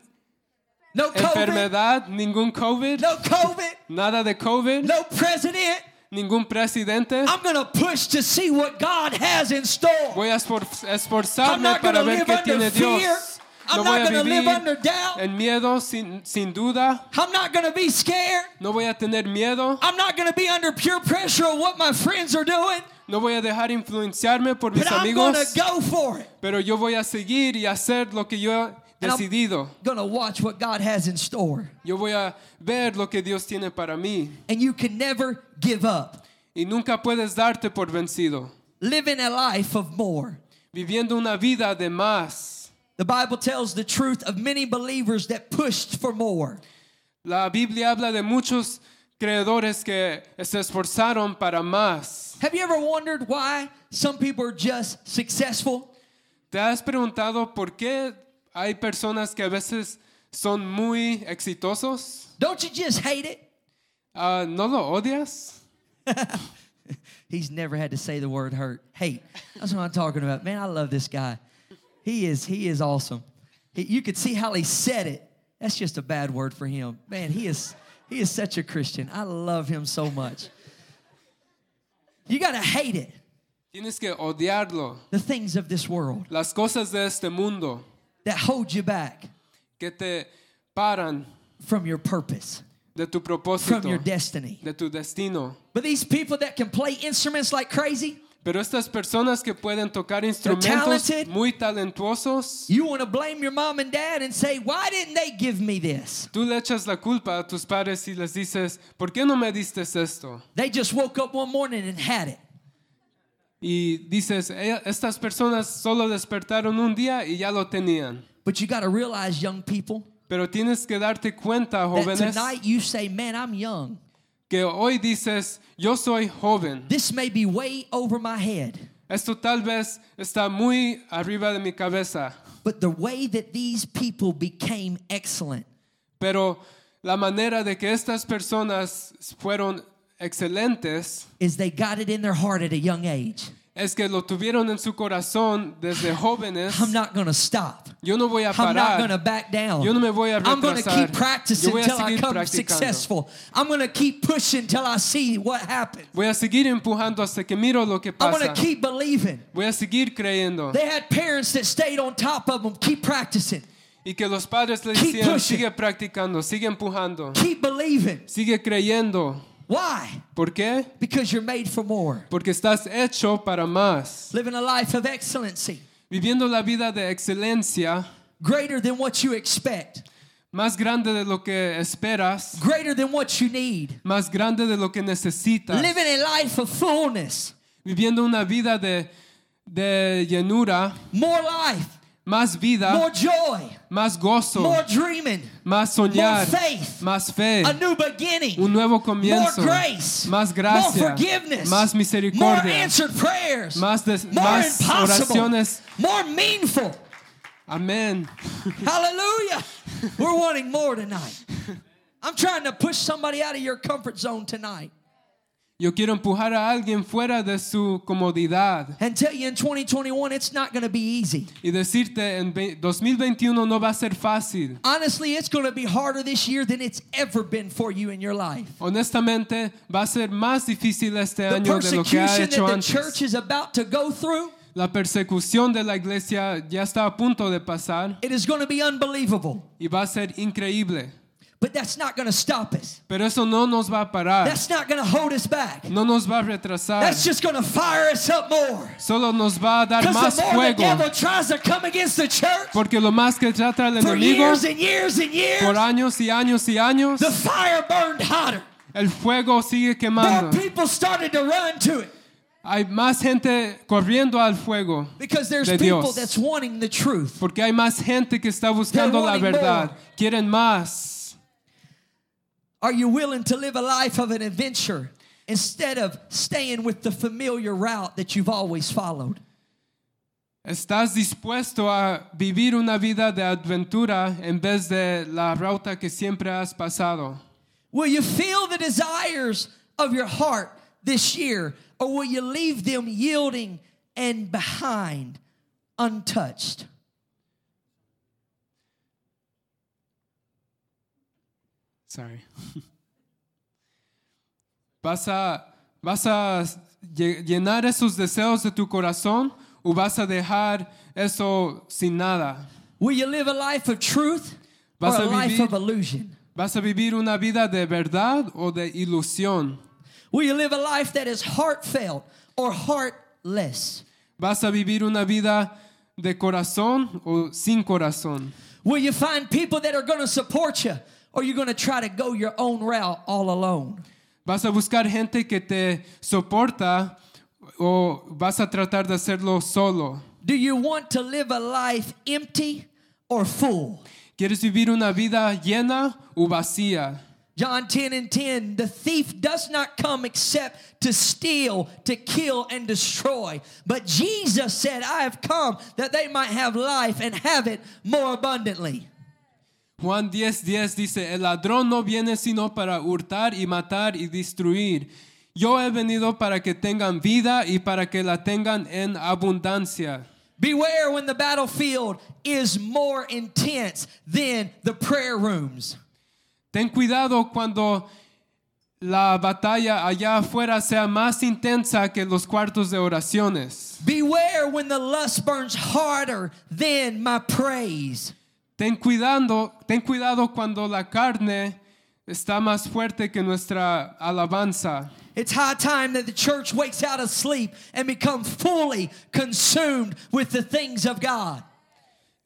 [SPEAKER 1] no COVID,
[SPEAKER 2] enfermedad, ningún COVID,
[SPEAKER 1] no COVID,
[SPEAKER 2] nada de COVID,
[SPEAKER 1] no president.
[SPEAKER 2] ningún presidente.
[SPEAKER 1] I'm going to push to see what God has in store.
[SPEAKER 2] Voy a esfor-
[SPEAKER 1] I'm
[SPEAKER 2] esforzarme
[SPEAKER 1] not going to
[SPEAKER 2] para ver
[SPEAKER 1] live
[SPEAKER 2] qué
[SPEAKER 1] under
[SPEAKER 2] tiene
[SPEAKER 1] fear.
[SPEAKER 2] Dios.
[SPEAKER 1] I'm
[SPEAKER 2] No
[SPEAKER 1] not
[SPEAKER 2] voy a
[SPEAKER 1] going to live under
[SPEAKER 2] vivir
[SPEAKER 1] doubt.
[SPEAKER 2] en miedo sin, sin duda.
[SPEAKER 1] I'm not going to be scared.
[SPEAKER 2] No voy a tener miedo.
[SPEAKER 1] I'm not going to be under pure pressure of what my friends are doing,
[SPEAKER 2] No voy a dejar influenciarme por mis
[SPEAKER 1] but I'm going
[SPEAKER 2] amigos.
[SPEAKER 1] to go for it.
[SPEAKER 2] Pero yo voy a seguir y hacer lo que yo he
[SPEAKER 1] And I'm-
[SPEAKER 2] decidido.
[SPEAKER 1] Going to watch what God has in store.
[SPEAKER 2] Yo voy a ver lo que Dios tiene para mí.
[SPEAKER 1] And you can never give up.
[SPEAKER 2] Y nunca puedes darte por vencido.
[SPEAKER 1] Living a life of more.
[SPEAKER 2] Viviendo una vida de más.
[SPEAKER 1] The Bible tells the truth of many believers that pushed for more.
[SPEAKER 2] La Biblia habla de muchos creedores que se esforzaron para más.
[SPEAKER 1] Have you ever wondered why some people are just successful?
[SPEAKER 2] ¿Te has preguntado por qué hay personas que a veces son muy exitosos?
[SPEAKER 1] Don't you just hate it?
[SPEAKER 2] Ah, ¿No lo odias?
[SPEAKER 1] He's never had to say the word hurt. Hate. That's what I'm talking about. Man, I love this guy. He is he is awesome. He- you could see how he said it. That's just a bad word for him. Man, he is he is such a Christian. I love him so much. You got to hate it.
[SPEAKER 2] Tienes que odiarlo.
[SPEAKER 1] The things of this world
[SPEAKER 2] Las cosas de este mundo
[SPEAKER 1] that hold you back
[SPEAKER 2] que te paran
[SPEAKER 1] from your purpose,
[SPEAKER 2] de tu propósito,
[SPEAKER 1] from your destiny.
[SPEAKER 2] de tu destino.
[SPEAKER 1] But these people that can play instruments like crazy,
[SPEAKER 2] Pero estas personas que pueden tocar instrumentos
[SPEAKER 1] talented.
[SPEAKER 2] muy talentuosos,
[SPEAKER 1] you want to blame your mom and dad and say, "Why didn't they give me this?"
[SPEAKER 2] tú le echas la culpa a tus padres y les dices, ¿por qué no me diste esto?
[SPEAKER 1] They just woke up one morning and had it.
[SPEAKER 2] Y dices, "Eh, estas personas solo despertaron un día y ya lo tenían.
[SPEAKER 1] But you got to realize, young people,
[SPEAKER 2] Pero tienes que darte cuenta,
[SPEAKER 1] that
[SPEAKER 2] jóvenes,
[SPEAKER 1] tonight you say, Man, I'm young.
[SPEAKER 2] que hoy dices, yo soy joven.
[SPEAKER 1] This may be way over my head.
[SPEAKER 2] Esto tal vez está muy arriba de mi cabeza.
[SPEAKER 1] But the way that these people became excellent
[SPEAKER 2] Pero la manera de que estas personas fueron excelentes
[SPEAKER 1] is they got it in their heart at a young age.
[SPEAKER 2] es que lo tuvieron en su corazón desde jóvenes.
[SPEAKER 1] I'm not going to stop.
[SPEAKER 2] Yo no voy a
[SPEAKER 1] I'm not going to
[SPEAKER 2] parar.
[SPEAKER 1] back down.
[SPEAKER 2] Yo no me voy a
[SPEAKER 1] I'm going to
[SPEAKER 2] retrasar.
[SPEAKER 1] keep practicing
[SPEAKER 2] Yo voy a
[SPEAKER 1] until I
[SPEAKER 2] seguir
[SPEAKER 1] come
[SPEAKER 2] practicando.
[SPEAKER 1] successful. I'm going to keep pushing till I see what happens.
[SPEAKER 2] Voy a seguir empujando hasta que miro lo que
[SPEAKER 1] I'm
[SPEAKER 2] pasa.
[SPEAKER 1] going to keep believing.
[SPEAKER 2] Voy a seguir creyendo.
[SPEAKER 1] They had parents that stayed on top of them. Keep practicing.
[SPEAKER 2] Y que los padres le
[SPEAKER 1] Keep
[SPEAKER 2] decían,
[SPEAKER 1] pushing.
[SPEAKER 2] sigue practicando, sigue empujando,
[SPEAKER 1] Keep believing.
[SPEAKER 2] sigue creyendo.
[SPEAKER 1] Why?
[SPEAKER 2] ¿Por qué?
[SPEAKER 1] Because you're made for more.
[SPEAKER 2] Porque estás hecho para más.
[SPEAKER 1] living a life of excellency
[SPEAKER 2] Viviendo la vida de excelencia,
[SPEAKER 1] greater than what you expect
[SPEAKER 2] más grande de lo que esperas,
[SPEAKER 1] greater than what you need
[SPEAKER 2] más grande de lo que necesitas.
[SPEAKER 1] living a life of fullness
[SPEAKER 2] Viviendo una vida de, de llenura,
[SPEAKER 1] more life
[SPEAKER 2] más vida,
[SPEAKER 1] more joy,
[SPEAKER 2] más gozo,
[SPEAKER 1] more dreaming,
[SPEAKER 2] más soñar,
[SPEAKER 1] more faith,
[SPEAKER 2] más fe,
[SPEAKER 1] a new beginning,
[SPEAKER 2] un nuevo
[SPEAKER 1] more
[SPEAKER 2] comienzo,
[SPEAKER 1] grace,
[SPEAKER 2] más
[SPEAKER 1] more
[SPEAKER 2] gracia,
[SPEAKER 1] forgiveness,
[SPEAKER 2] más
[SPEAKER 1] more
[SPEAKER 2] misericordia,
[SPEAKER 1] answered prayers,
[SPEAKER 2] más, des-
[SPEAKER 1] more
[SPEAKER 2] más
[SPEAKER 1] impossible,
[SPEAKER 2] oraciones.
[SPEAKER 1] more meaningful.
[SPEAKER 2] Amén.
[SPEAKER 1] Hallelujah. We're wanting more tonight. I'm trying to push somebody out of your comfort zone tonight
[SPEAKER 2] Yo quiero empujar a alguien fuera de su comodidad
[SPEAKER 1] and tell you in 2021 it's not going to be easy.
[SPEAKER 2] y decirte en ve- 2021 no va a ser fácil.
[SPEAKER 1] Honestly, it's going to be harder this year than it's ever been for you in your life.
[SPEAKER 2] Honestamente, va a ser más difícil este
[SPEAKER 1] The
[SPEAKER 2] año de lo que ha
[SPEAKER 1] persecution
[SPEAKER 2] hecho
[SPEAKER 1] that the
[SPEAKER 2] antes.
[SPEAKER 1] church is about to go through,
[SPEAKER 2] La persecución de la iglesia ya está a punto de pasar
[SPEAKER 1] it is going to be unbelievable.
[SPEAKER 2] y va a ser increíble.
[SPEAKER 1] But that's not going to stop us.
[SPEAKER 2] Pero eso no nos va a parar,
[SPEAKER 1] That's not going to hold us back.
[SPEAKER 2] no nos va a retrasar,
[SPEAKER 1] That's just going to fire us up more.
[SPEAKER 2] solo nos va a dar
[SPEAKER 1] Because
[SPEAKER 2] Ah, más
[SPEAKER 1] the more the
[SPEAKER 2] fuego.
[SPEAKER 1] devil tries to come against the church
[SPEAKER 2] Porque lo más que trata el
[SPEAKER 1] for
[SPEAKER 2] enemigo
[SPEAKER 1] years and years and
[SPEAKER 2] por
[SPEAKER 1] years,
[SPEAKER 2] años y años y años,
[SPEAKER 1] the fire burned hotter.
[SPEAKER 2] el fuego sigue
[SPEAKER 1] More
[SPEAKER 2] quemando.
[SPEAKER 1] people started to run to it
[SPEAKER 2] Hay más gente corriendo al fuego
[SPEAKER 1] because there's
[SPEAKER 2] de
[SPEAKER 1] people
[SPEAKER 2] Dios.
[SPEAKER 1] that's wanting the truth.
[SPEAKER 2] Porque hay más gente que está buscando la
[SPEAKER 1] wanting
[SPEAKER 2] verdad.
[SPEAKER 1] more.
[SPEAKER 2] Quieren más.
[SPEAKER 1] Are you willing to live a life of an adventure instead of staying with the familiar route that you've always followed?
[SPEAKER 2] ¿Estás dispuesto a vivir una vida de aventura en vez de la ruta que siempre has pasado?
[SPEAKER 1] Will you feel the desires of your heart this year, or will you leave them yielding and behind, untouched?
[SPEAKER 2] Sorry. ¿Vas a, vas a lle- llenar esos deseos de tu corazón o vas a dejar eso sin nada?
[SPEAKER 1] Will you live a life of truth or
[SPEAKER 2] Vas
[SPEAKER 1] a
[SPEAKER 2] a
[SPEAKER 1] life
[SPEAKER 2] vivir-
[SPEAKER 1] of illusion?
[SPEAKER 2] ¿Vas a vivir una vida de verdad o de ilusión?
[SPEAKER 1] Will you live a life that is heartfelt or heartless?
[SPEAKER 2] ¿Vas a vivir una vida de corazón o sin corazón?
[SPEAKER 1] Will you find people that are going to support you, or you're going to try to go your own route all alone?
[SPEAKER 2] ¿Vas a buscar gente que te soporta o vas a tratar de hacerlo solo?
[SPEAKER 1] Do you want to live a life empty or full?
[SPEAKER 2] ¿Quieres vivir una vida llena o vacía?
[SPEAKER 1] John 10 and 10 The thief does not come except to steal, to kill, and destroy. But Jesus said, I have come that they might have life and have it more abundantly.
[SPEAKER 2] Juan 10:10 dice, el ladrón no viene sino para hurtar y matar y destruir. Yo he venido para que tengan vida y para que la tengan en abundancia.
[SPEAKER 1] Beware when the battlefield is more intense than the prayer rooms.
[SPEAKER 2] Ten cuidado cuando la batalla allá afuera sea más intensa que los cuartos de oraciones.
[SPEAKER 1] Beware when the lust burns harder than my praise.
[SPEAKER 2] Ten cuidado, ten cuidado cuando la carne está más fuerte que nuestra alabanza.
[SPEAKER 1] It's high time that the church wakes out of sleep and become fully consumed with the things of God.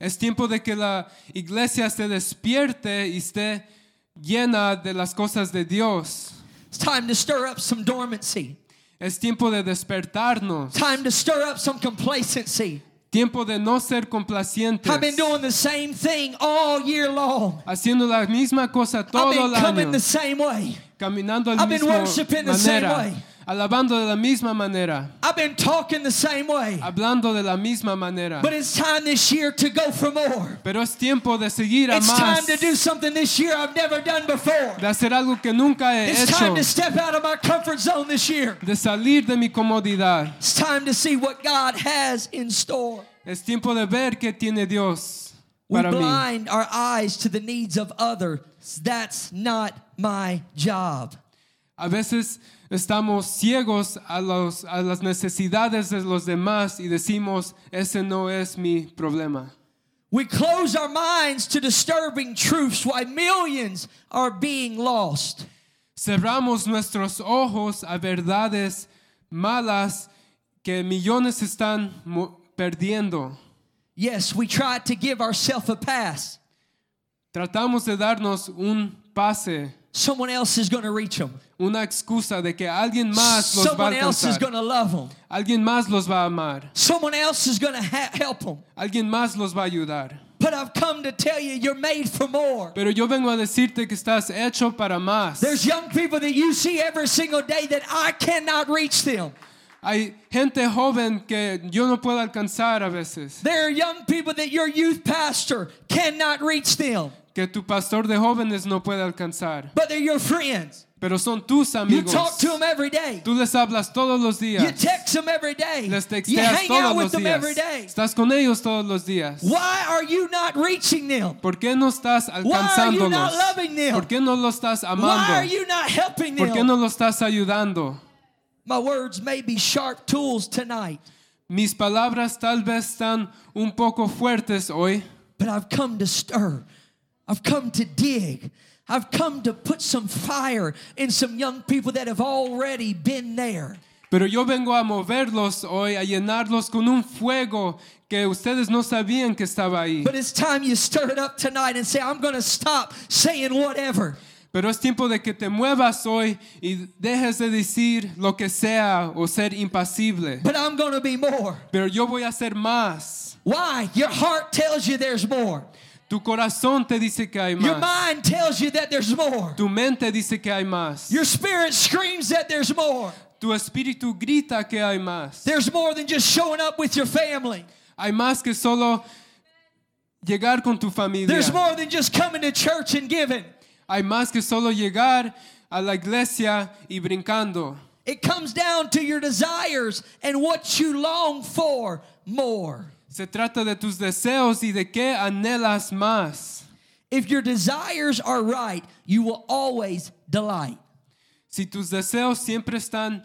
[SPEAKER 2] Es tiempo de que la iglesia se despierte y esté llena de las cosas de Dios.
[SPEAKER 1] It's time to stir up some dormancy.
[SPEAKER 2] Es tiempo de despertarnos,
[SPEAKER 1] Time to stir up some complacency.
[SPEAKER 2] tiempo de no ser complacientes,
[SPEAKER 1] I've been doing the same thing all year long.
[SPEAKER 2] haciendo la misma cosa
[SPEAKER 1] I've
[SPEAKER 2] todo
[SPEAKER 1] been
[SPEAKER 2] el año,
[SPEAKER 1] coming the same way.
[SPEAKER 2] caminando de la
[SPEAKER 1] I've been
[SPEAKER 2] misma
[SPEAKER 1] worshiping the same
[SPEAKER 2] manera,
[SPEAKER 1] way.
[SPEAKER 2] alabando de la misma manera,
[SPEAKER 1] I've been talking the same way.
[SPEAKER 2] hablando de la misma manera.
[SPEAKER 1] But it's time this year to go for more.
[SPEAKER 2] Pero es tiempo de seguir a
[SPEAKER 1] It's time
[SPEAKER 2] más,
[SPEAKER 1] to do
[SPEAKER 2] de
[SPEAKER 1] something this year I've never done before.
[SPEAKER 2] hacer algo que nunca he
[SPEAKER 1] It's
[SPEAKER 2] hecho,
[SPEAKER 1] time to step out of my comfort zone this year.
[SPEAKER 2] de salir de mi comodidad.
[SPEAKER 1] It's time to see what God has in store.
[SPEAKER 2] Es tiempo de ver qué tiene Dios
[SPEAKER 1] We
[SPEAKER 2] para mí.
[SPEAKER 1] blind our eyes to the needs of others. That's not my job.
[SPEAKER 2] A veces estamos ciegos a, los- a las necesidades de los demás y decimos, ese no es mi problema.
[SPEAKER 1] We close our minds to disturbing truths why millions are being lost.
[SPEAKER 2] Cerramos nuestros ojos a verdades malas que millones están mo- perdiendo.
[SPEAKER 1] Yes, we tried to give ourselves a pass.
[SPEAKER 2] Tratamos de darnos un pase.
[SPEAKER 1] Someone else is going to reach them.
[SPEAKER 2] Una excusa de que alguien más los va a
[SPEAKER 1] Someone else is
[SPEAKER 2] alcanzar.
[SPEAKER 1] going to love them.
[SPEAKER 2] Alguien más los va a amar.
[SPEAKER 1] Someone else is going to ha- help them.
[SPEAKER 2] Alguien más los va a ayudar.
[SPEAKER 1] But I've come to tell you, you're made for more.
[SPEAKER 2] Pero yo vengo a decirte que estás hecho para más.
[SPEAKER 1] There's young people that you see every single day that I cannot reach them.
[SPEAKER 2] Hay gente joven que yo no puedo alcanzar a veces.
[SPEAKER 1] There are young people that your youth pastor cannot reach them,
[SPEAKER 2] Que tu pastor de jóvenes no puede alcanzar.
[SPEAKER 1] but they're your friends.
[SPEAKER 2] Pero son tus
[SPEAKER 1] You
[SPEAKER 2] amigos.
[SPEAKER 1] talk to them every day.
[SPEAKER 2] Tú les hablas todos los
[SPEAKER 1] You
[SPEAKER 2] días.
[SPEAKER 1] text them every day.
[SPEAKER 2] Les
[SPEAKER 1] You
[SPEAKER 2] texteas
[SPEAKER 1] hang out
[SPEAKER 2] todos
[SPEAKER 1] with
[SPEAKER 2] los
[SPEAKER 1] them
[SPEAKER 2] días.
[SPEAKER 1] every day.
[SPEAKER 2] Estás con ellos todos los días.
[SPEAKER 1] Why are you not reaching them?
[SPEAKER 2] ¿Por qué no estás alcanzándolos?
[SPEAKER 1] loving them?
[SPEAKER 2] ¿Por qué no los estás
[SPEAKER 1] Why are
[SPEAKER 2] amando?
[SPEAKER 1] you not helping
[SPEAKER 2] ¿Por qué no
[SPEAKER 1] them?
[SPEAKER 2] los estás ayudando?
[SPEAKER 1] My words may be sharp tools tonight,
[SPEAKER 2] Mis palabras tal vez están un poco fuertes hoy,
[SPEAKER 1] but I've come to stir. I've come to dig. I've come to put some fire in some young people that have already been there.
[SPEAKER 2] pero yo vengo a moverlos hoy, a llenarlos con un fuego que ustedes no sabían que estaba ahí.
[SPEAKER 1] But it's time you stir it up tonight and say, I'm going to stop saying whatever.
[SPEAKER 2] Pero es tiempo de que te muevas hoy y dejes de decir lo que sea o ser impasible.
[SPEAKER 1] But I'm going to be more.
[SPEAKER 2] Pero yo voy a hacer más.
[SPEAKER 1] Why? Your heart tells you there's more.
[SPEAKER 2] Tu corazón te dice que hay
[SPEAKER 1] Your
[SPEAKER 2] más.
[SPEAKER 1] mind tells you that there's more.
[SPEAKER 2] Tu mente dice que hay más.
[SPEAKER 1] Your spirit screams that there's more.
[SPEAKER 2] Tu espíritu grita que hay más.
[SPEAKER 1] There's more than just showing up with your family.
[SPEAKER 2] Hay más que solo llegar con tu familia.
[SPEAKER 1] There's more than just coming to church and giving.
[SPEAKER 2] Hay más que solo llegar a la iglesia y brincando.
[SPEAKER 1] It comes down to your desires and what you long for more.
[SPEAKER 2] Se trata de tus deseos y de qué anhelas más.
[SPEAKER 1] If your desires are right, you will always delight.
[SPEAKER 2] Si tus deseos siempre están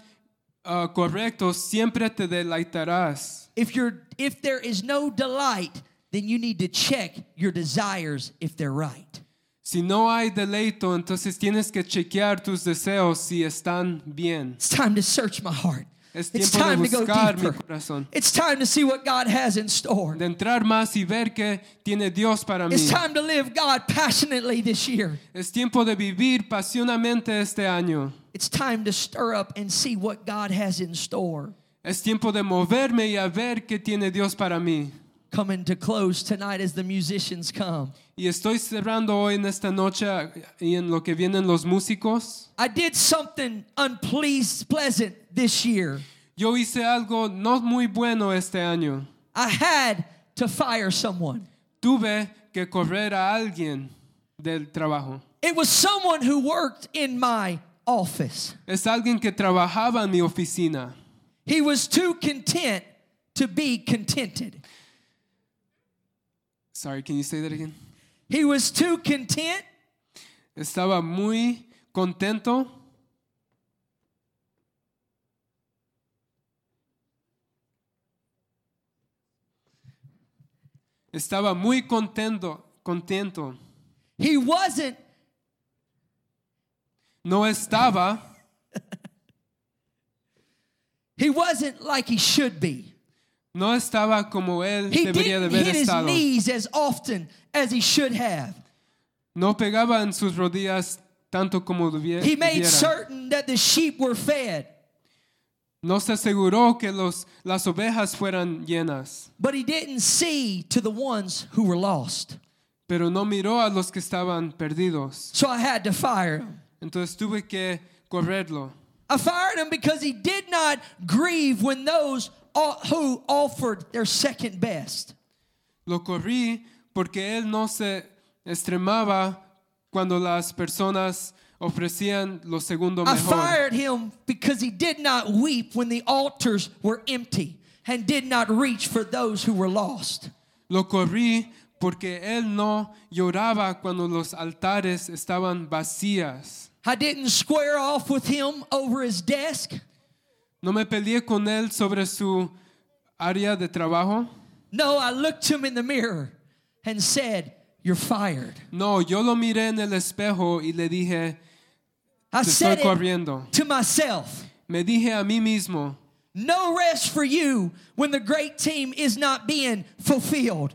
[SPEAKER 2] ah, correctos, siempre te deleitarás.
[SPEAKER 1] If you're if there is no delight, then you need to check your desires if they're right.
[SPEAKER 2] Si no hay deleito, entonces tienes que chequear tus deseos si están bien.
[SPEAKER 1] It's time to search my heart.
[SPEAKER 2] Es
[SPEAKER 1] it's
[SPEAKER 2] tiempo de
[SPEAKER 1] time to go
[SPEAKER 2] buscar mi
[SPEAKER 1] deeper.
[SPEAKER 2] corazón,
[SPEAKER 1] It's time to see what God has in store.
[SPEAKER 2] de entrar más y ver qué tiene Dios para mí.
[SPEAKER 1] It's time to live God passionately this year.
[SPEAKER 2] Es tiempo de vivir pasionamente este año.
[SPEAKER 1] It's time to stir up and see what God has in store.
[SPEAKER 2] Es tiempo de moverme y a ver qué tiene Dios para mí.
[SPEAKER 1] Coming to close tonight as the musicians come.
[SPEAKER 2] Y estoy cerrando hoy en esta noche y en lo que vienen los músicos.
[SPEAKER 1] I did something unpleased pleasant this year.
[SPEAKER 2] Yo hice algo no muy bueno este año.
[SPEAKER 1] I had to fire someone.
[SPEAKER 2] Tuve que correr a alguien del trabajo.
[SPEAKER 1] It was someone who worked in my office.
[SPEAKER 2] Es alguien que trabajaba en mi oficina.
[SPEAKER 1] He was too content to be contented.
[SPEAKER 2] Sorry, can you say that again?
[SPEAKER 1] He was too content
[SPEAKER 2] Estaba muy contento. Estaba muy contento, contento.
[SPEAKER 1] He wasn't
[SPEAKER 2] No estaba,
[SPEAKER 1] he wasn't like he should be.
[SPEAKER 2] no estaba como él
[SPEAKER 1] He
[SPEAKER 2] debería de
[SPEAKER 1] didn't
[SPEAKER 2] haber
[SPEAKER 1] hit his
[SPEAKER 2] estado.
[SPEAKER 1] knees as often as he should have.
[SPEAKER 2] No pegaba en sus rodillas tanto como debie-
[SPEAKER 1] He made
[SPEAKER 2] debiera.
[SPEAKER 1] certain that the sheep were fed,
[SPEAKER 2] No se aseguró que los, las ovejas fueran llenas,
[SPEAKER 1] but he didn't see to the ones who were lost.
[SPEAKER 2] pero no miró a los que estaban perdidos.
[SPEAKER 1] So I had to fire him.
[SPEAKER 2] Entonces tuve que correrlo.
[SPEAKER 1] I fired him because he did not grieve when those o- who offered their second best.
[SPEAKER 2] Lo corrí porque él no se extremaba cuando las personas ofrecían lo segundo
[SPEAKER 1] I
[SPEAKER 2] mejor.
[SPEAKER 1] fired him because he did not weep when the altars were empty and did not reach for those who were lost.
[SPEAKER 2] Lo corrí porque él no lloraba cuando los altares estaban vacías.
[SPEAKER 1] I didn't square off with him over his desk.
[SPEAKER 2] No me peleé con él sobre su área de trabajo.
[SPEAKER 1] No, I looked him in the mirror and said, You're fired.
[SPEAKER 2] No, yo lo miré en el espejo y le dije,
[SPEAKER 1] I
[SPEAKER 2] te
[SPEAKER 1] said
[SPEAKER 2] estoy
[SPEAKER 1] it
[SPEAKER 2] corriendo.
[SPEAKER 1] to myself.
[SPEAKER 2] Me dije a mí mismo,
[SPEAKER 1] No rest for you when the great team is not being fulfilled.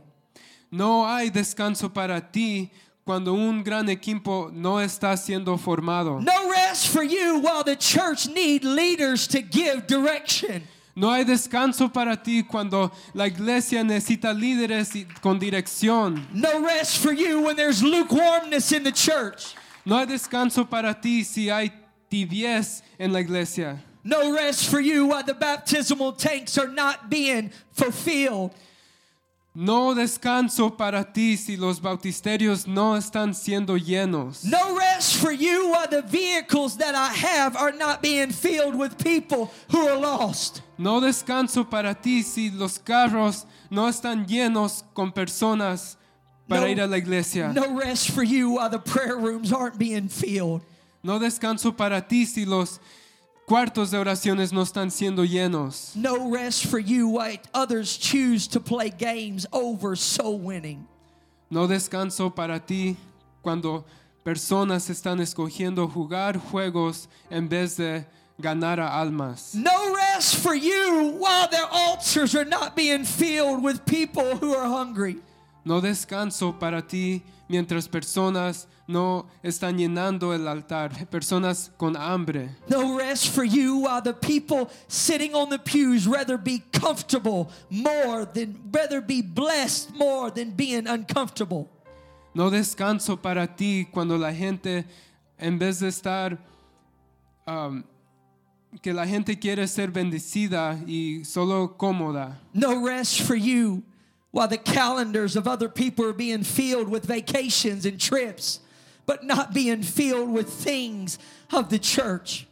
[SPEAKER 2] No hay descanso para ti cuando un gran equipo no está siendo formado.
[SPEAKER 1] No rest for you while the church need leaders to give direction.
[SPEAKER 2] No hay descanso para ti cuando la iglesia necesita líderes y- con dirección.
[SPEAKER 1] No rest for you when there's lukewarmness in the church.
[SPEAKER 2] No hay descanso para ti si hay tibiez en la iglesia.
[SPEAKER 1] No rest for you while the baptismal tanks are not being fulfilled.
[SPEAKER 2] No descanso para ti si los bautisterios no están siendo llenos.
[SPEAKER 1] No rest for you while the vehicles that I have are not being filled with people who are lost.
[SPEAKER 2] No descanso para ti si los carros no están llenos con personas para
[SPEAKER 1] No.
[SPEAKER 2] ir a la iglesia.
[SPEAKER 1] No rest for you while the prayer rooms aren't being filled.
[SPEAKER 2] No descanso para ti si los cuartos de oraciones no están siendo llenos.
[SPEAKER 1] No rest for you while others choose to play games over soul winning.
[SPEAKER 2] No descanso para ti cuando personas están escogiendo jugar juegos en vez de ganar a almas.
[SPEAKER 1] No rest for you while their altars are not being filled with people who are hungry.
[SPEAKER 2] No descanso para ti mientras personas no están llenando el altar, personas con hambre.
[SPEAKER 1] No rest for you while the people sitting on the pews rather be comfortable more than rather be blessed more than being uncomfortable.
[SPEAKER 2] No descanso para ti cuando la gente, en vez de estar, um, que la gente quiere ser bendecida y solo cómoda.
[SPEAKER 1] No rest for you while the calendars of other people are being filled with vacations and trips, but not being filled with things of the church.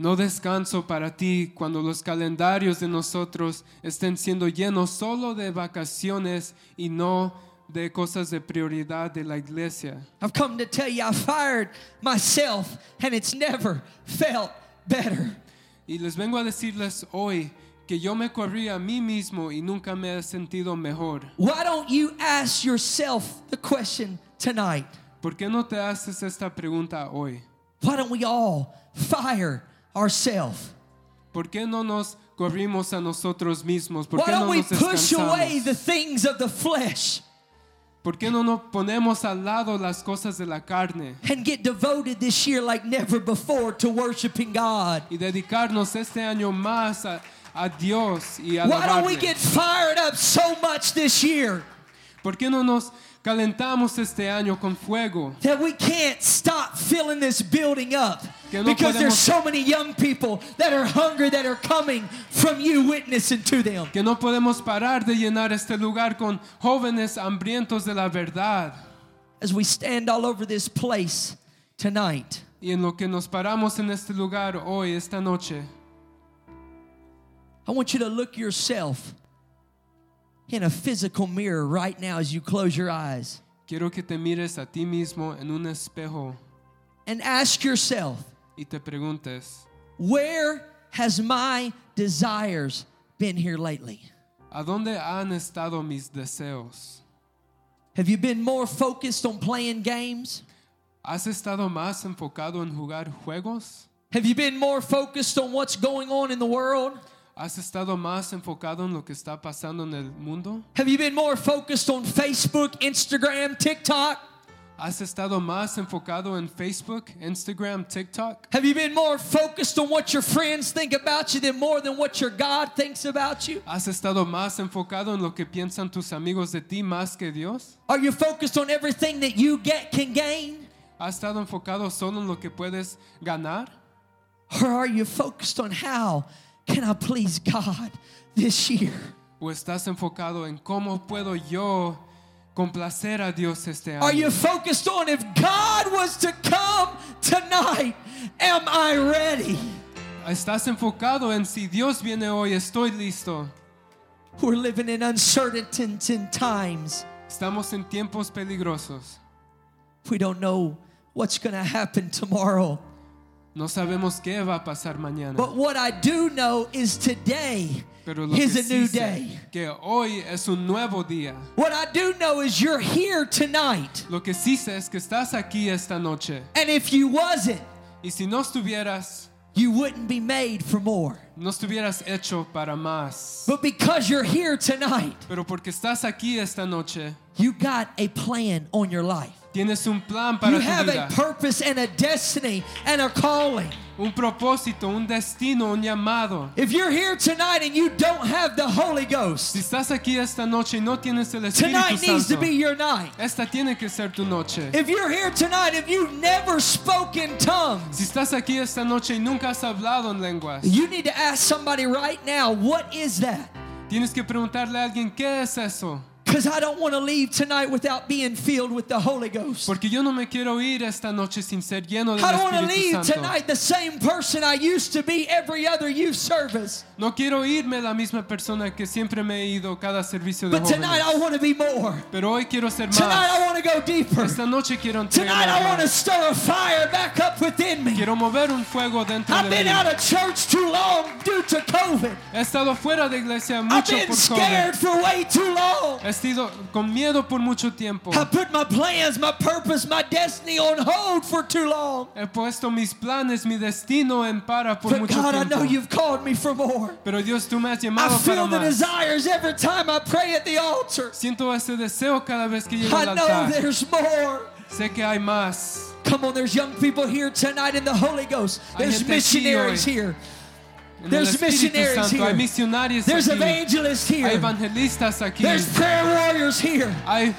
[SPEAKER 2] No descanso para ti cuando los calendarios de nosotros estén siendo llenos solo de vacaciones y no de cosas de prioridad de la iglesia.
[SPEAKER 1] I've come to tell you I fired myself and it's never felt better.
[SPEAKER 2] Y les vengo a decirles hoy que yo me corrí a mí mismo y nunca me he sentido mejor.
[SPEAKER 1] Why don't you ask yourself the question tonight?
[SPEAKER 2] ¿Por qué no te haces esta pregunta hoy?
[SPEAKER 1] Why don't we all fire ourselves?
[SPEAKER 2] ¿Por qué no nos corrimos a nosotros mismos? ¿Por
[SPEAKER 1] Why
[SPEAKER 2] qué no
[SPEAKER 1] don't we
[SPEAKER 2] nos
[SPEAKER 1] push away the
[SPEAKER 2] descansamos?
[SPEAKER 1] things of the flesh
[SPEAKER 2] ¿Por qué no nos ponemos al lado las cosas de la carne
[SPEAKER 1] and get devoted this year like never before to worshiping God?
[SPEAKER 2] y dedicarnos este año más a, a Dios y a
[SPEAKER 1] Why don't we
[SPEAKER 2] la
[SPEAKER 1] get fired up so much this year
[SPEAKER 2] ¿Por qué no nos calentamos este año con fuego?
[SPEAKER 1] that we can't stop filling this building up?
[SPEAKER 2] Que no
[SPEAKER 1] Because
[SPEAKER 2] podemos-
[SPEAKER 1] there's so many young people that are hungry that are coming from you witnessing to them.
[SPEAKER 2] Que no podemos parar de llenar este lugar con jóvenes hambrientos de la verdad.
[SPEAKER 1] As we stand all over this place tonight,
[SPEAKER 2] Y en lo que nos paramos en este lugar hoy, esta noche,
[SPEAKER 1] I want you to look yourself in a physical mirror right now as you close your eyes
[SPEAKER 2] quiero que te mires a ti mismo en un espejo
[SPEAKER 1] and ask yourself,
[SPEAKER 2] y te preguntes,
[SPEAKER 1] where has my desires been here lately?
[SPEAKER 2] ¿a dónde han estado mis deseos?
[SPEAKER 1] Have you been more focused on playing games?
[SPEAKER 2] ¿Has estado más enfocado en jugar juegos?
[SPEAKER 1] Have you been more focused on what's going on in the world?
[SPEAKER 2] ¿Has estado más enfocado en lo que está pasando en el mundo?
[SPEAKER 1] Have you been more focused on Facebook, Instagram, TikTok?
[SPEAKER 2] ¿Has estado más enfocado en Facebook, Instagram, TikTok?
[SPEAKER 1] Have you been more focused on what your friends think about you than more than what your God thinks about you?
[SPEAKER 2] ¿Has estado más enfocado en lo que piensan tus amigos de ti más que Dios?
[SPEAKER 1] Are you focused on everything that you get can gain?
[SPEAKER 2] ¿Has estado enfocado solo en lo que puedes ganar?
[SPEAKER 1] Or are you focused on how can I please God this year?
[SPEAKER 2] ¿O estás enfocado en cómo puedo yo complacer a Dios este
[SPEAKER 1] Are
[SPEAKER 2] año?
[SPEAKER 1] you focused on if God was to come tonight, am I ready?
[SPEAKER 2] ¿Estás enfocado en si Dios viene hoy? Estoy listo.
[SPEAKER 1] We're living in uncertain times.
[SPEAKER 2] Estamos en tiempos peligrosos.
[SPEAKER 1] We don't know what's going to happen tomorrow.
[SPEAKER 2] No sabemos qué va a pasar mañana.
[SPEAKER 1] But what I do know is today
[SPEAKER 2] Pero lo
[SPEAKER 1] is
[SPEAKER 2] que
[SPEAKER 1] a
[SPEAKER 2] sí
[SPEAKER 1] new
[SPEAKER 2] sé
[SPEAKER 1] day.
[SPEAKER 2] que hoy es un nuevo día.
[SPEAKER 1] What I do know is you're here tonight.
[SPEAKER 2] Lo que sí sé es que estás aquí esta noche.
[SPEAKER 1] And if you wasn't,
[SPEAKER 2] Y si no estuvieras,
[SPEAKER 1] you wouldn't be made for more.
[SPEAKER 2] no estuvieras hecho para más.
[SPEAKER 1] But because you're here tonight,
[SPEAKER 2] Pero porque estás aquí esta noche,
[SPEAKER 1] you got a plan on your life.
[SPEAKER 2] Tienes un plan
[SPEAKER 1] You
[SPEAKER 2] para tu
[SPEAKER 1] have a
[SPEAKER 2] vida,
[SPEAKER 1] purpose and a destiny and a calling.
[SPEAKER 2] un propósito, un destino, un llamado.
[SPEAKER 1] If you're here tonight and you don't have the Holy
[SPEAKER 2] Si
[SPEAKER 1] Ghost,
[SPEAKER 2] estás aquí esta noche y no tienes el Espíritu
[SPEAKER 1] tonight needs to
[SPEAKER 2] Santo,
[SPEAKER 1] be your night.
[SPEAKER 2] esta tiene que ser tu noche.
[SPEAKER 1] If you're here tonight, if you've never spoken tongues,
[SPEAKER 2] Si estás aquí esta noche y nunca has hablado en lenguas,
[SPEAKER 1] you need to ask somebody right now, what is that?
[SPEAKER 2] tienes que preguntarle a alguien, ¿qué es eso?
[SPEAKER 1] Because I don't want to leave tonight without being filled with the Holy Ghost.
[SPEAKER 2] Porque yo no me quiero ir esta noche sin ser lleno del
[SPEAKER 1] I don't want to leave
[SPEAKER 2] Espíritu Santo.
[SPEAKER 1] tonight the same person I used to be every other youth service.
[SPEAKER 2] No quiero irme la misma persona que siempre me he ido cada servicio de
[SPEAKER 1] But tonight I
[SPEAKER 2] jóvenes.
[SPEAKER 1] want to be more.
[SPEAKER 2] Pero hoy quiero ser
[SPEAKER 1] Tonight
[SPEAKER 2] más.
[SPEAKER 1] I want to go deeper.
[SPEAKER 2] Esta noche quiero
[SPEAKER 1] Tonight I
[SPEAKER 2] entregar
[SPEAKER 1] want to
[SPEAKER 2] más.
[SPEAKER 1] stir a fire back up within me.
[SPEAKER 2] Quiero mover un fuego dentro
[SPEAKER 1] I've
[SPEAKER 2] de
[SPEAKER 1] been
[SPEAKER 2] mí.
[SPEAKER 1] out of church too long due to COVID.
[SPEAKER 2] He estado fuera de iglesia
[SPEAKER 1] I've
[SPEAKER 2] mucho
[SPEAKER 1] been
[SPEAKER 2] por COVID.
[SPEAKER 1] scared for way too long.
[SPEAKER 2] He estado con miedo por mucho tiempo.
[SPEAKER 1] I put my plans, my purpose, my destiny on hold for too long.
[SPEAKER 2] He puesto mis planes, mi destino en para por
[SPEAKER 1] But
[SPEAKER 2] mucho
[SPEAKER 1] God, I know
[SPEAKER 2] tiempo.
[SPEAKER 1] you've called me for Oh, more.
[SPEAKER 2] Pero Dios, tú me has
[SPEAKER 1] I
[SPEAKER 2] llamado para
[SPEAKER 1] feel the
[SPEAKER 2] más.
[SPEAKER 1] desires every time I pray at the altar.
[SPEAKER 2] Siento ese deseo cada vez que llego
[SPEAKER 1] I
[SPEAKER 2] al
[SPEAKER 1] know
[SPEAKER 2] altar.
[SPEAKER 1] there's more.
[SPEAKER 2] Sé que hay más.
[SPEAKER 1] Come on, there's young people here tonight in the Holy Ghost.
[SPEAKER 2] Hay
[SPEAKER 1] There's
[SPEAKER 2] gente aquí
[SPEAKER 1] missionaries
[SPEAKER 2] hoy.
[SPEAKER 1] here.
[SPEAKER 2] En el
[SPEAKER 1] There's
[SPEAKER 2] Espíritu
[SPEAKER 1] missionaries
[SPEAKER 2] Santo
[SPEAKER 1] here.
[SPEAKER 2] hay misionarios
[SPEAKER 1] There's
[SPEAKER 2] aquí.
[SPEAKER 1] evangelists
[SPEAKER 2] Hay
[SPEAKER 1] here.
[SPEAKER 2] evangelistas aquí.
[SPEAKER 1] There's prayer warriors here.
[SPEAKER 2] Hay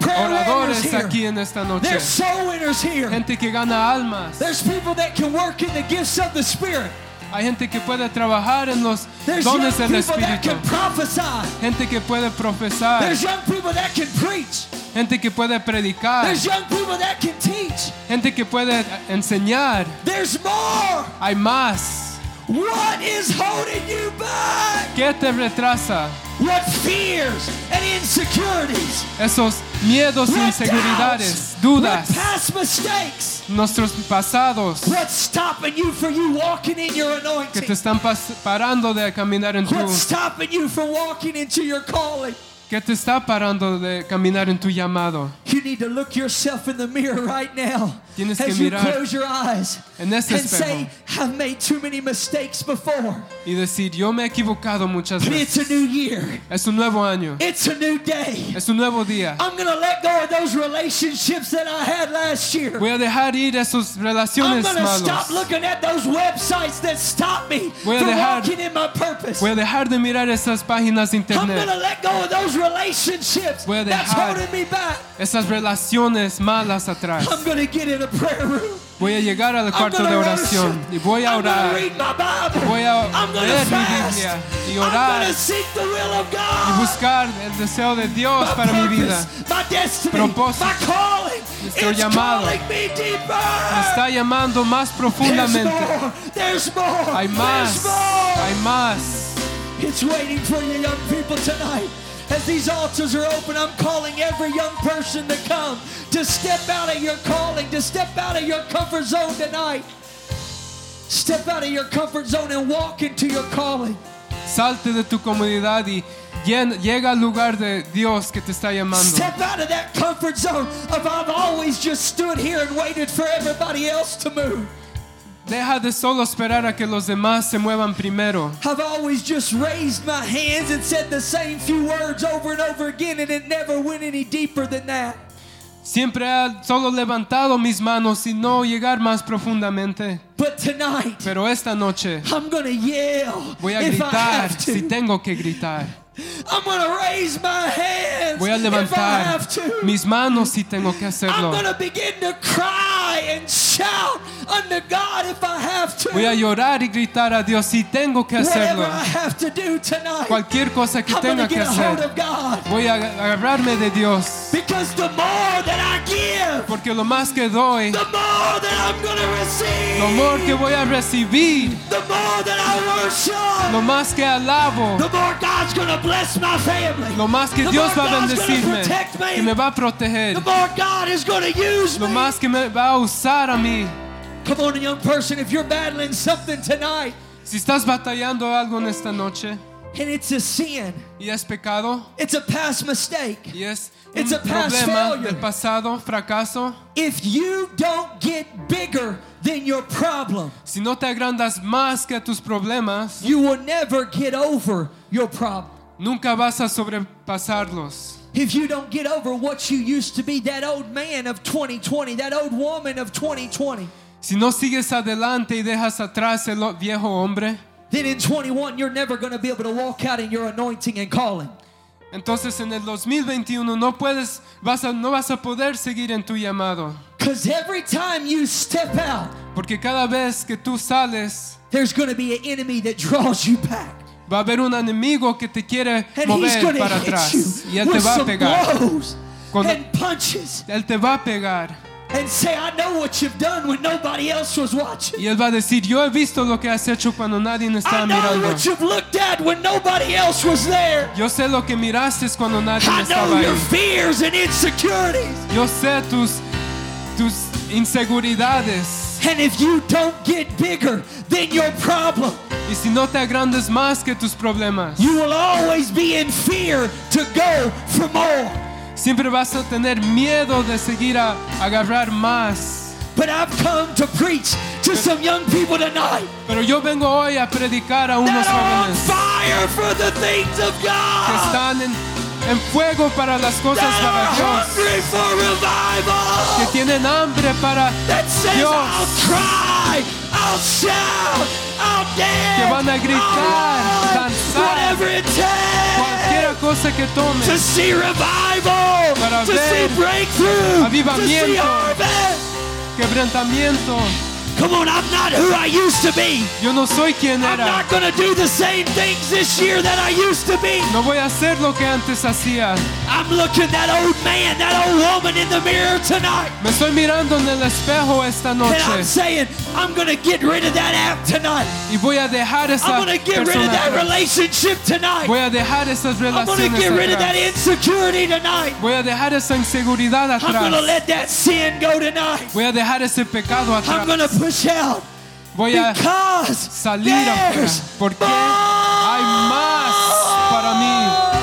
[SPEAKER 1] Prayer warriors
[SPEAKER 2] oradores
[SPEAKER 1] here.
[SPEAKER 2] aquí en esta noche.
[SPEAKER 1] There's soul winners here.
[SPEAKER 2] Gente que gana almas.
[SPEAKER 1] There's people that can work in the gifts of the Spirit.
[SPEAKER 2] Hay gente que puede trabajar en los
[SPEAKER 1] There's young
[SPEAKER 2] dones
[SPEAKER 1] people
[SPEAKER 2] del
[SPEAKER 1] that
[SPEAKER 2] Espíritu.
[SPEAKER 1] can prophesy.
[SPEAKER 2] Gente que puede profesar.
[SPEAKER 1] There's young people that can preach.
[SPEAKER 2] Gente que puede predicar.
[SPEAKER 1] There's young people that can teach.
[SPEAKER 2] Gente que puede enseñar.
[SPEAKER 1] There's more.
[SPEAKER 2] Hay más.
[SPEAKER 1] What is holding you back?
[SPEAKER 2] ¿Qué te retrasa?
[SPEAKER 1] What fears and insecurities?
[SPEAKER 2] Esos miedos,
[SPEAKER 1] What
[SPEAKER 2] inseguridades,
[SPEAKER 1] doubts?
[SPEAKER 2] dudas,
[SPEAKER 1] What past mistakes?
[SPEAKER 2] nuestros pasados
[SPEAKER 1] What's stopping you from you walking in your
[SPEAKER 2] que te
[SPEAKER 1] anointing?
[SPEAKER 2] están pas- parando de caminar en tu
[SPEAKER 1] What's stopping you from walking into your calling?
[SPEAKER 2] que te está parando de caminar en tu llamado.
[SPEAKER 1] You need to look yourself in the mirror right now
[SPEAKER 2] Tienes que
[SPEAKER 1] as you
[SPEAKER 2] mirar
[SPEAKER 1] close your eyes
[SPEAKER 2] en ese
[SPEAKER 1] and say,
[SPEAKER 2] espejo.
[SPEAKER 1] I've made too many mistakes before.
[SPEAKER 2] y decir, yo me he equivocado muchas
[SPEAKER 1] But
[SPEAKER 2] veces.
[SPEAKER 1] it's a new year.
[SPEAKER 2] Es un nuevo año,
[SPEAKER 1] It's a new day.
[SPEAKER 2] es un nuevo día.
[SPEAKER 1] I'm going to let go of those relationships that I had last year.
[SPEAKER 2] Voy a dejar ir esas
[SPEAKER 1] I'm
[SPEAKER 2] relaciones
[SPEAKER 1] going to stop
[SPEAKER 2] malas.
[SPEAKER 1] looking at those websites that stop me
[SPEAKER 2] Voy a
[SPEAKER 1] from
[SPEAKER 2] dejar-
[SPEAKER 1] walking in my purpose.
[SPEAKER 2] Voy a dejar de mirar esas páginas de
[SPEAKER 1] I'm
[SPEAKER 2] internet,
[SPEAKER 1] going to let go of those relationships
[SPEAKER 2] Voy a
[SPEAKER 1] that's
[SPEAKER 2] dejar-
[SPEAKER 1] holding me back.
[SPEAKER 2] esas relaciones malas atrás.
[SPEAKER 1] I'm going to get in a prayer room.
[SPEAKER 2] Voy a llegar al
[SPEAKER 1] I'm
[SPEAKER 2] cuarto de
[SPEAKER 1] gonna
[SPEAKER 2] oración
[SPEAKER 1] worship.
[SPEAKER 2] y voy a
[SPEAKER 1] I'm gonna
[SPEAKER 2] orar,
[SPEAKER 1] read my Bible.
[SPEAKER 2] Voy a
[SPEAKER 1] I'm gonna
[SPEAKER 2] leer mi
[SPEAKER 1] fast.
[SPEAKER 2] Biblia y
[SPEAKER 1] I'm
[SPEAKER 2] orar.
[SPEAKER 1] gonna seek the will of God.
[SPEAKER 2] buscar el deseo de Dios
[SPEAKER 1] My
[SPEAKER 2] para mi
[SPEAKER 1] purpose,
[SPEAKER 2] vida.
[SPEAKER 1] My destiny,
[SPEAKER 2] Propósito.
[SPEAKER 1] my calling.
[SPEAKER 2] Nuestro
[SPEAKER 1] it's
[SPEAKER 2] llamado.
[SPEAKER 1] calling me deeper.
[SPEAKER 2] Me está llamando más
[SPEAKER 1] There's
[SPEAKER 2] profundamente.
[SPEAKER 1] more. There's more.
[SPEAKER 2] Hay más,
[SPEAKER 1] There's more.
[SPEAKER 2] hay más.
[SPEAKER 1] It's waiting for you, young people, tonight. As these altars are open, I'm calling every young person to come, to step out of your calling, to step out of your comfort zone tonight. Step out of your comfort zone and walk into your calling.
[SPEAKER 2] Salte de tu comodidad y llen- llega al lugar de Dios que te está llamando.
[SPEAKER 1] Step out of that comfort zone of I've always just stood here and waited for everybody else to move.
[SPEAKER 2] Deja de solo esperar a que los demás se muevan primero.
[SPEAKER 1] I've always just raised my hands and said the same few words over and over again, and it never went any deeper than that.
[SPEAKER 2] Siempre he solo levantado mis manos y no llegar más profundamente.
[SPEAKER 1] But tonight,
[SPEAKER 2] Pero esta noche
[SPEAKER 1] I'm gonna yell
[SPEAKER 2] voy a
[SPEAKER 1] if I
[SPEAKER 2] gritar
[SPEAKER 1] have to.
[SPEAKER 2] si tengo que gritar.
[SPEAKER 1] I'm gonna raise my hands
[SPEAKER 2] Voy a
[SPEAKER 1] if I
[SPEAKER 2] levantar
[SPEAKER 1] have to.
[SPEAKER 2] mis manos si tengo que hacerlo.
[SPEAKER 1] I'm gonna begin to cry and shout unto God if I have to.
[SPEAKER 2] Voy a llorar y gritar a Dios si tengo que hacerlo.
[SPEAKER 1] Whatever I have to do tonight,
[SPEAKER 2] Cualquier cosa que
[SPEAKER 1] I'm gonna
[SPEAKER 2] tenga que
[SPEAKER 1] get a hold
[SPEAKER 2] hacer,
[SPEAKER 1] of God
[SPEAKER 2] voy a agarrarme de Dios.
[SPEAKER 1] because the more that I give,
[SPEAKER 2] Porque lo más que doy,
[SPEAKER 1] the more that I'm gonna receive.
[SPEAKER 2] lo amor que voy a recibir,
[SPEAKER 1] The more that I worship,
[SPEAKER 2] lo más que alabo,
[SPEAKER 1] the more God's gonna bless my family.
[SPEAKER 2] lo más que
[SPEAKER 1] the
[SPEAKER 2] Dios
[SPEAKER 1] more
[SPEAKER 2] va a
[SPEAKER 1] God's gonna
[SPEAKER 2] bendecirme,
[SPEAKER 1] protect me.
[SPEAKER 2] que me va a proteger,
[SPEAKER 1] the more God is gonna use
[SPEAKER 2] lo
[SPEAKER 1] me.
[SPEAKER 2] más que me va a usar a mí.
[SPEAKER 1] Come on, young person, if you're battling something tonight
[SPEAKER 2] Si estás batallando algo en esta noche
[SPEAKER 1] and it's a sin,
[SPEAKER 2] y es pecado
[SPEAKER 1] it's a past mistake.
[SPEAKER 2] y es un
[SPEAKER 1] It's a past
[SPEAKER 2] problema
[SPEAKER 1] failure.
[SPEAKER 2] del pasado, fracaso,
[SPEAKER 1] If you don't get bigger than your problem,
[SPEAKER 2] si no te agrandas más que tus problemas,
[SPEAKER 1] you will never get over your problem.
[SPEAKER 2] Nunca vas a sobrepasarlos.
[SPEAKER 1] If you don't get over what you used to be, that old man of 2020, that old woman of 2020,
[SPEAKER 2] Si no sigues adelante y dejas atrás el o- viejo hombre,
[SPEAKER 1] then in 21, you're never going to be able to walk out in your anointing and calling.
[SPEAKER 2] entonces en el 2021 no puedes, vas a- no vas a poder seguir en tu llamado.
[SPEAKER 1] Because every time you step out,
[SPEAKER 2] Porque cada vez que tú sales,
[SPEAKER 1] there's going to be an enemy that draws you back.
[SPEAKER 2] va a haber un enemigo que te quiere
[SPEAKER 1] And he's
[SPEAKER 2] mover
[SPEAKER 1] going to
[SPEAKER 2] para
[SPEAKER 1] hit
[SPEAKER 2] atrás. Y
[SPEAKER 1] you
[SPEAKER 2] él te
[SPEAKER 1] with
[SPEAKER 2] va a
[SPEAKER 1] some
[SPEAKER 2] pegar.
[SPEAKER 1] blows
[SPEAKER 2] Cuando-
[SPEAKER 1] and punches
[SPEAKER 2] Él te va a pegar.
[SPEAKER 1] and say, I know what you've done when nobody else was watching.
[SPEAKER 2] Y él va a decir, yo he visto lo que has hecho cuando nadie me
[SPEAKER 1] I
[SPEAKER 2] estaba
[SPEAKER 1] know
[SPEAKER 2] mirando.
[SPEAKER 1] what you've looked at when nobody else was there.
[SPEAKER 2] Yo sé lo que miraste cuando nadie
[SPEAKER 1] I
[SPEAKER 2] estaba
[SPEAKER 1] know
[SPEAKER 2] ahí.
[SPEAKER 1] your fears and insecurities.
[SPEAKER 2] Yo sé tus, tus inseguridades.
[SPEAKER 1] And if you don't get bigger than your problem,
[SPEAKER 2] Y si no te agrandes más que tus problemas,
[SPEAKER 1] you will always be in fear to go for more.
[SPEAKER 2] siempre vas a tener miedo de seguir a agarrar más.
[SPEAKER 1] But I've come to preach to some young people tonight
[SPEAKER 2] Pero yo vengo hoy a predicar a unos
[SPEAKER 1] that are on
[SPEAKER 2] jóvenes
[SPEAKER 1] fire for the things of
[SPEAKER 2] que
[SPEAKER 1] God,
[SPEAKER 2] están en, en fuego para las cosas
[SPEAKER 1] that
[SPEAKER 2] para
[SPEAKER 1] are
[SPEAKER 2] Dios,
[SPEAKER 1] hungry for
[SPEAKER 2] que
[SPEAKER 1] revival,
[SPEAKER 2] tienen hambre para,
[SPEAKER 1] that says,
[SPEAKER 2] Dios.
[SPEAKER 1] I'll cry, I'll shout, I'll dance,
[SPEAKER 2] Que van a gritar,
[SPEAKER 1] I'll run,
[SPEAKER 2] danzar.
[SPEAKER 1] whatever it takes.
[SPEAKER 2] cualquier cosa que tomes.
[SPEAKER 1] to see revival,
[SPEAKER 2] Para
[SPEAKER 1] to
[SPEAKER 2] ver
[SPEAKER 1] see breakthrough, to see
[SPEAKER 2] avivamiento.
[SPEAKER 1] harvest.
[SPEAKER 2] quebrantamiento.
[SPEAKER 1] Come on, I'm not who I used to be.
[SPEAKER 2] Yo no soy quien
[SPEAKER 1] I'm
[SPEAKER 2] era.
[SPEAKER 1] not going to do the same things this year that I used to be.
[SPEAKER 2] No voy a hacer lo que antes hacía.
[SPEAKER 1] I'm looking that old man, that old woman in the mirror tonight.
[SPEAKER 2] Me estoy mirando en el espejo esta
[SPEAKER 1] And I'm
[SPEAKER 2] noche
[SPEAKER 1] saying, I'm going to get rid of that app tonight.
[SPEAKER 2] y voy a dejar esa
[SPEAKER 1] I'm going to get rid of that
[SPEAKER 2] persona.
[SPEAKER 1] relationship tonight.
[SPEAKER 2] Voy a dejar esas
[SPEAKER 1] I'm going to
[SPEAKER 2] relaciones
[SPEAKER 1] get rid of that
[SPEAKER 2] atrás.
[SPEAKER 1] insecurity tonight.
[SPEAKER 2] Voy a dejar esa inseguridad
[SPEAKER 1] I'm going to
[SPEAKER 2] atrás.
[SPEAKER 1] let that sin go tonight.
[SPEAKER 2] Voy a dejar ese pecado
[SPEAKER 1] I'm
[SPEAKER 2] atrás.
[SPEAKER 1] going to push out.
[SPEAKER 2] Voy a
[SPEAKER 1] Because
[SPEAKER 2] salir afuera,
[SPEAKER 1] there's
[SPEAKER 2] porque
[SPEAKER 1] more.
[SPEAKER 2] hay más para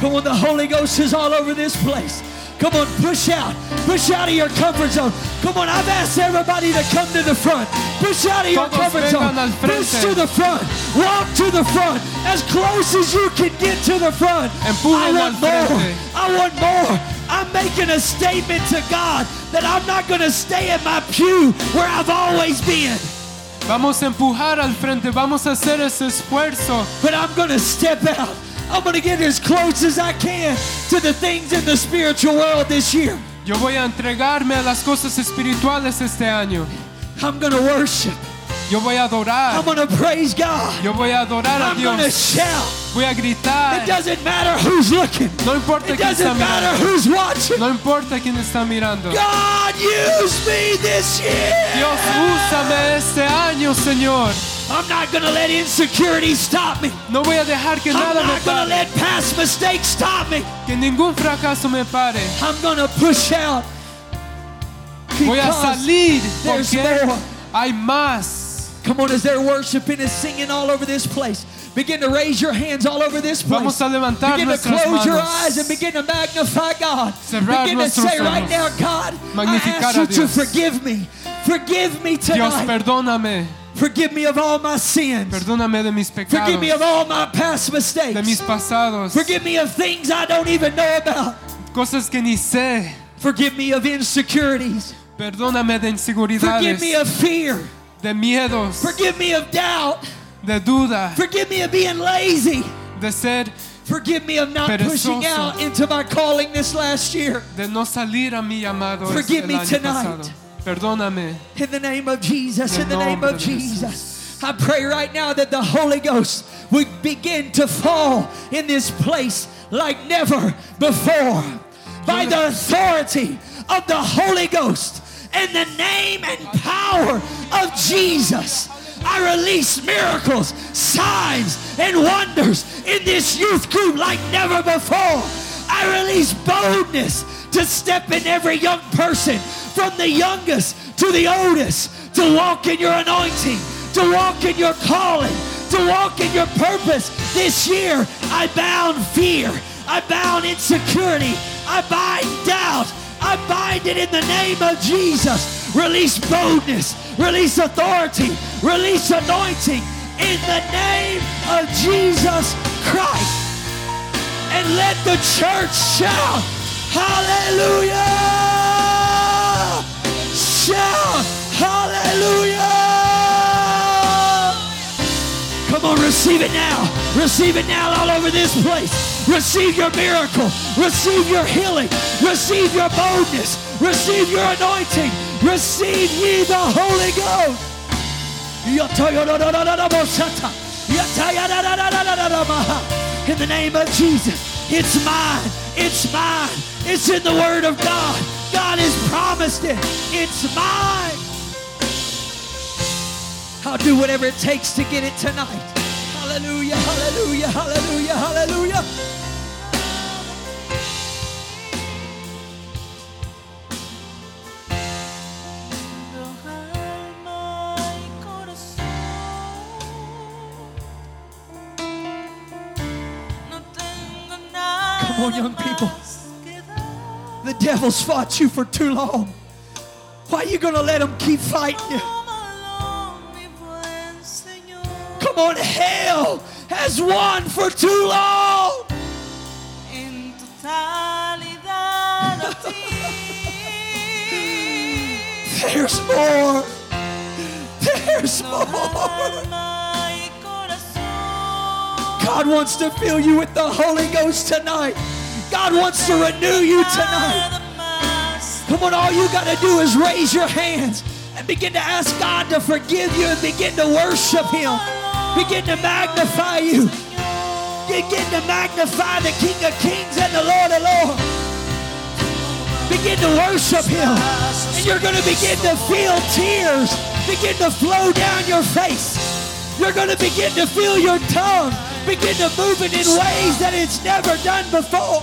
[SPEAKER 1] Come on, the Holy Ghost is all over this place. Come on, push out. Push out of your comfort zone. Come on, I've asked everybody to come to the front. Push out of your
[SPEAKER 2] Todos
[SPEAKER 1] comfort
[SPEAKER 2] vengan
[SPEAKER 1] zone.
[SPEAKER 2] al
[SPEAKER 1] Push
[SPEAKER 2] frente.
[SPEAKER 1] to the front. Walk to the front. As close as you can get to the front. I
[SPEAKER 2] Empujen al
[SPEAKER 1] want more.
[SPEAKER 2] frente.
[SPEAKER 1] I want more. I'm making a statement to God that I'm not going to stay in my pew where I've always been,
[SPEAKER 2] Vamos a empujar al frente, vamos a hacer ese esfuerzo,
[SPEAKER 1] but I'm going to step out. I'm going to get as close as I can to the things in the spiritual world this year.
[SPEAKER 2] yo voy a entregarme a las cosas espirituales este año,
[SPEAKER 1] I'm going to worship.
[SPEAKER 2] yo voy a adorar,
[SPEAKER 1] I'm going to praise God.
[SPEAKER 2] yo voy a adorar a
[SPEAKER 1] I'm going to
[SPEAKER 2] Dios,
[SPEAKER 1] shout.
[SPEAKER 2] voy a
[SPEAKER 1] It
[SPEAKER 2] gritar,
[SPEAKER 1] doesn't matter who's looking.
[SPEAKER 2] no importa
[SPEAKER 1] It
[SPEAKER 2] quién está
[SPEAKER 1] doesn't matter
[SPEAKER 2] mirando,
[SPEAKER 1] who's watching.
[SPEAKER 2] no importa quién está mirando.
[SPEAKER 1] God, use me this
[SPEAKER 2] Dios,
[SPEAKER 1] year.
[SPEAKER 2] úsame este año, Señor.
[SPEAKER 1] I'm not going to let insecurity stop me.
[SPEAKER 2] No voy a dejar que nada
[SPEAKER 1] I'm
[SPEAKER 2] me
[SPEAKER 1] not gonna
[SPEAKER 2] pare,
[SPEAKER 1] let past mistakes stop me.
[SPEAKER 2] que ningún fracaso me pare.
[SPEAKER 1] I'm gonna push out.
[SPEAKER 2] Voy a
[SPEAKER 1] Because-
[SPEAKER 2] salir
[SPEAKER 1] there's
[SPEAKER 2] porque
[SPEAKER 1] more.
[SPEAKER 2] hay más.
[SPEAKER 1] Come on, as they're worshiping and singing all over this place, begin to raise your hands all over this place.
[SPEAKER 2] Vamos a levantar
[SPEAKER 1] Pues, begin to
[SPEAKER 2] nuestras
[SPEAKER 1] close your
[SPEAKER 2] manos.
[SPEAKER 1] eyes and begin to magnify God.
[SPEAKER 2] Cerrar
[SPEAKER 1] begin to
[SPEAKER 2] nuestros
[SPEAKER 1] say right
[SPEAKER 2] ojos.
[SPEAKER 1] now, God, I
[SPEAKER 2] Magnificar
[SPEAKER 1] ask
[SPEAKER 2] a
[SPEAKER 1] you to
[SPEAKER 2] Dios.
[SPEAKER 1] forgive me. Forgive me
[SPEAKER 2] Dios,
[SPEAKER 1] tonight.
[SPEAKER 2] perdóname.
[SPEAKER 1] forgive me of all my sins.
[SPEAKER 2] Perdóname de mis
[SPEAKER 1] forgive me of
[SPEAKER 2] pecados,
[SPEAKER 1] all my past
[SPEAKER 2] de
[SPEAKER 1] mistakes.
[SPEAKER 2] mis pasados,
[SPEAKER 1] forgive me of things I don't even know about.
[SPEAKER 2] cosas que ni sé.
[SPEAKER 1] Forgive me of insecurities.
[SPEAKER 2] Perdóname de
[SPEAKER 1] Forgive
[SPEAKER 2] inseguridades,
[SPEAKER 1] me of fear.
[SPEAKER 2] de miedos,
[SPEAKER 1] Forgive me of doubt.
[SPEAKER 2] de duda,
[SPEAKER 1] Forgive me of being lazy.
[SPEAKER 2] de ser,
[SPEAKER 1] Forgive me of not pushing
[SPEAKER 2] Perezoso.
[SPEAKER 1] out into my calling this last year.
[SPEAKER 2] de no salir a mi llamado
[SPEAKER 1] Forgive
[SPEAKER 2] el
[SPEAKER 1] me
[SPEAKER 2] año
[SPEAKER 1] tonight.
[SPEAKER 2] pasado. Perdóname.
[SPEAKER 1] In the name of Jesus, in the
[SPEAKER 2] En
[SPEAKER 1] name
[SPEAKER 2] nombre
[SPEAKER 1] of
[SPEAKER 2] de
[SPEAKER 1] Jesus. I pray right now that the Holy Ghost would begin to fall in this place like never before. By the authority of the Holy Ghost and the name and power of Jesus, I release miracles, signs, and wonders in this youth group like never before. I release boldness to step in every young person, from the youngest to the oldest, to walk in your anointing, to walk in your calling, to walk in your purpose. This year, I bound fear, I bound insecurity, I bind doubt, I bind it in the name of Jesus. Release boldness. Release authority. Release anointing in the name of Jesus Christ. And let the church shout, Hallelujah! Shout, Hallelujah! Come on, receive it now. Receive it now all over this place. Receive your miracle. Receive your healing. Receive your boldness. Receive your anointing. Receive ye the Holy Ghost. Yatayorododododobosata. Yatayadadadadadadadamaha. In the name of Jesus, it's mine. It's mine. It's in the Word of God. God has promised it. It's mine. I'll do whatever it takes to get it tonight. Hallelujah, hallelujah, hallelujah, hallelujah.
[SPEAKER 3] Alma y corazón, no tengo nada
[SPEAKER 1] Come on, young people.
[SPEAKER 3] más que dar.
[SPEAKER 1] The devil's fought you for too long. Why are you going to let him keep fighting you?
[SPEAKER 3] Tómalo, mi buen Señor,
[SPEAKER 1] Come on, hell has won for too long.
[SPEAKER 3] en totalidad a ti.
[SPEAKER 1] There's more. There's more.
[SPEAKER 3] Alma y corazón,
[SPEAKER 1] God wants to fill you with the Holy Ghost tonight. God wants to renew you tonight.
[SPEAKER 3] nada más
[SPEAKER 1] Come on, all you got to do is raise your hands and begin to ask God to forgive you and begin to worship Him. Begin to magnify you. Begin to magnify the King of Kings and the Lord of Lords. Begin to worship Him. And you're going to begin to feel tears begin to flow down your face. You're going to begin to feel your tongue begin to move it in ways that it's never done before.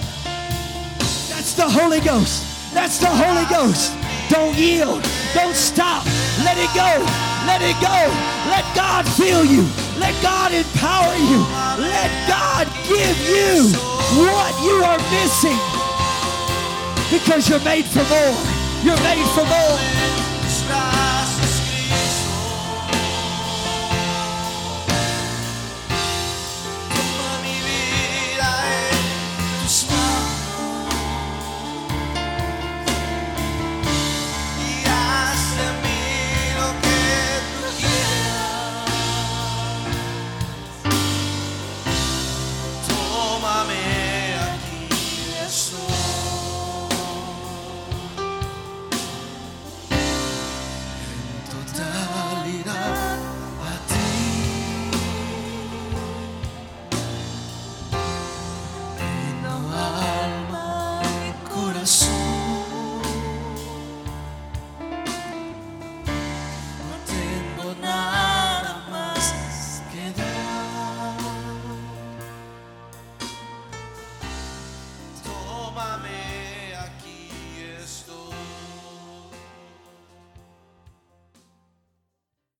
[SPEAKER 1] That's the Holy Ghost. That's the Holy Ghost. Don't yield. Don't stop. Let it go. Let it go. Let God fill you. Let God empower you. Let God give you what you are missing. Because you're made for more. You're made for more.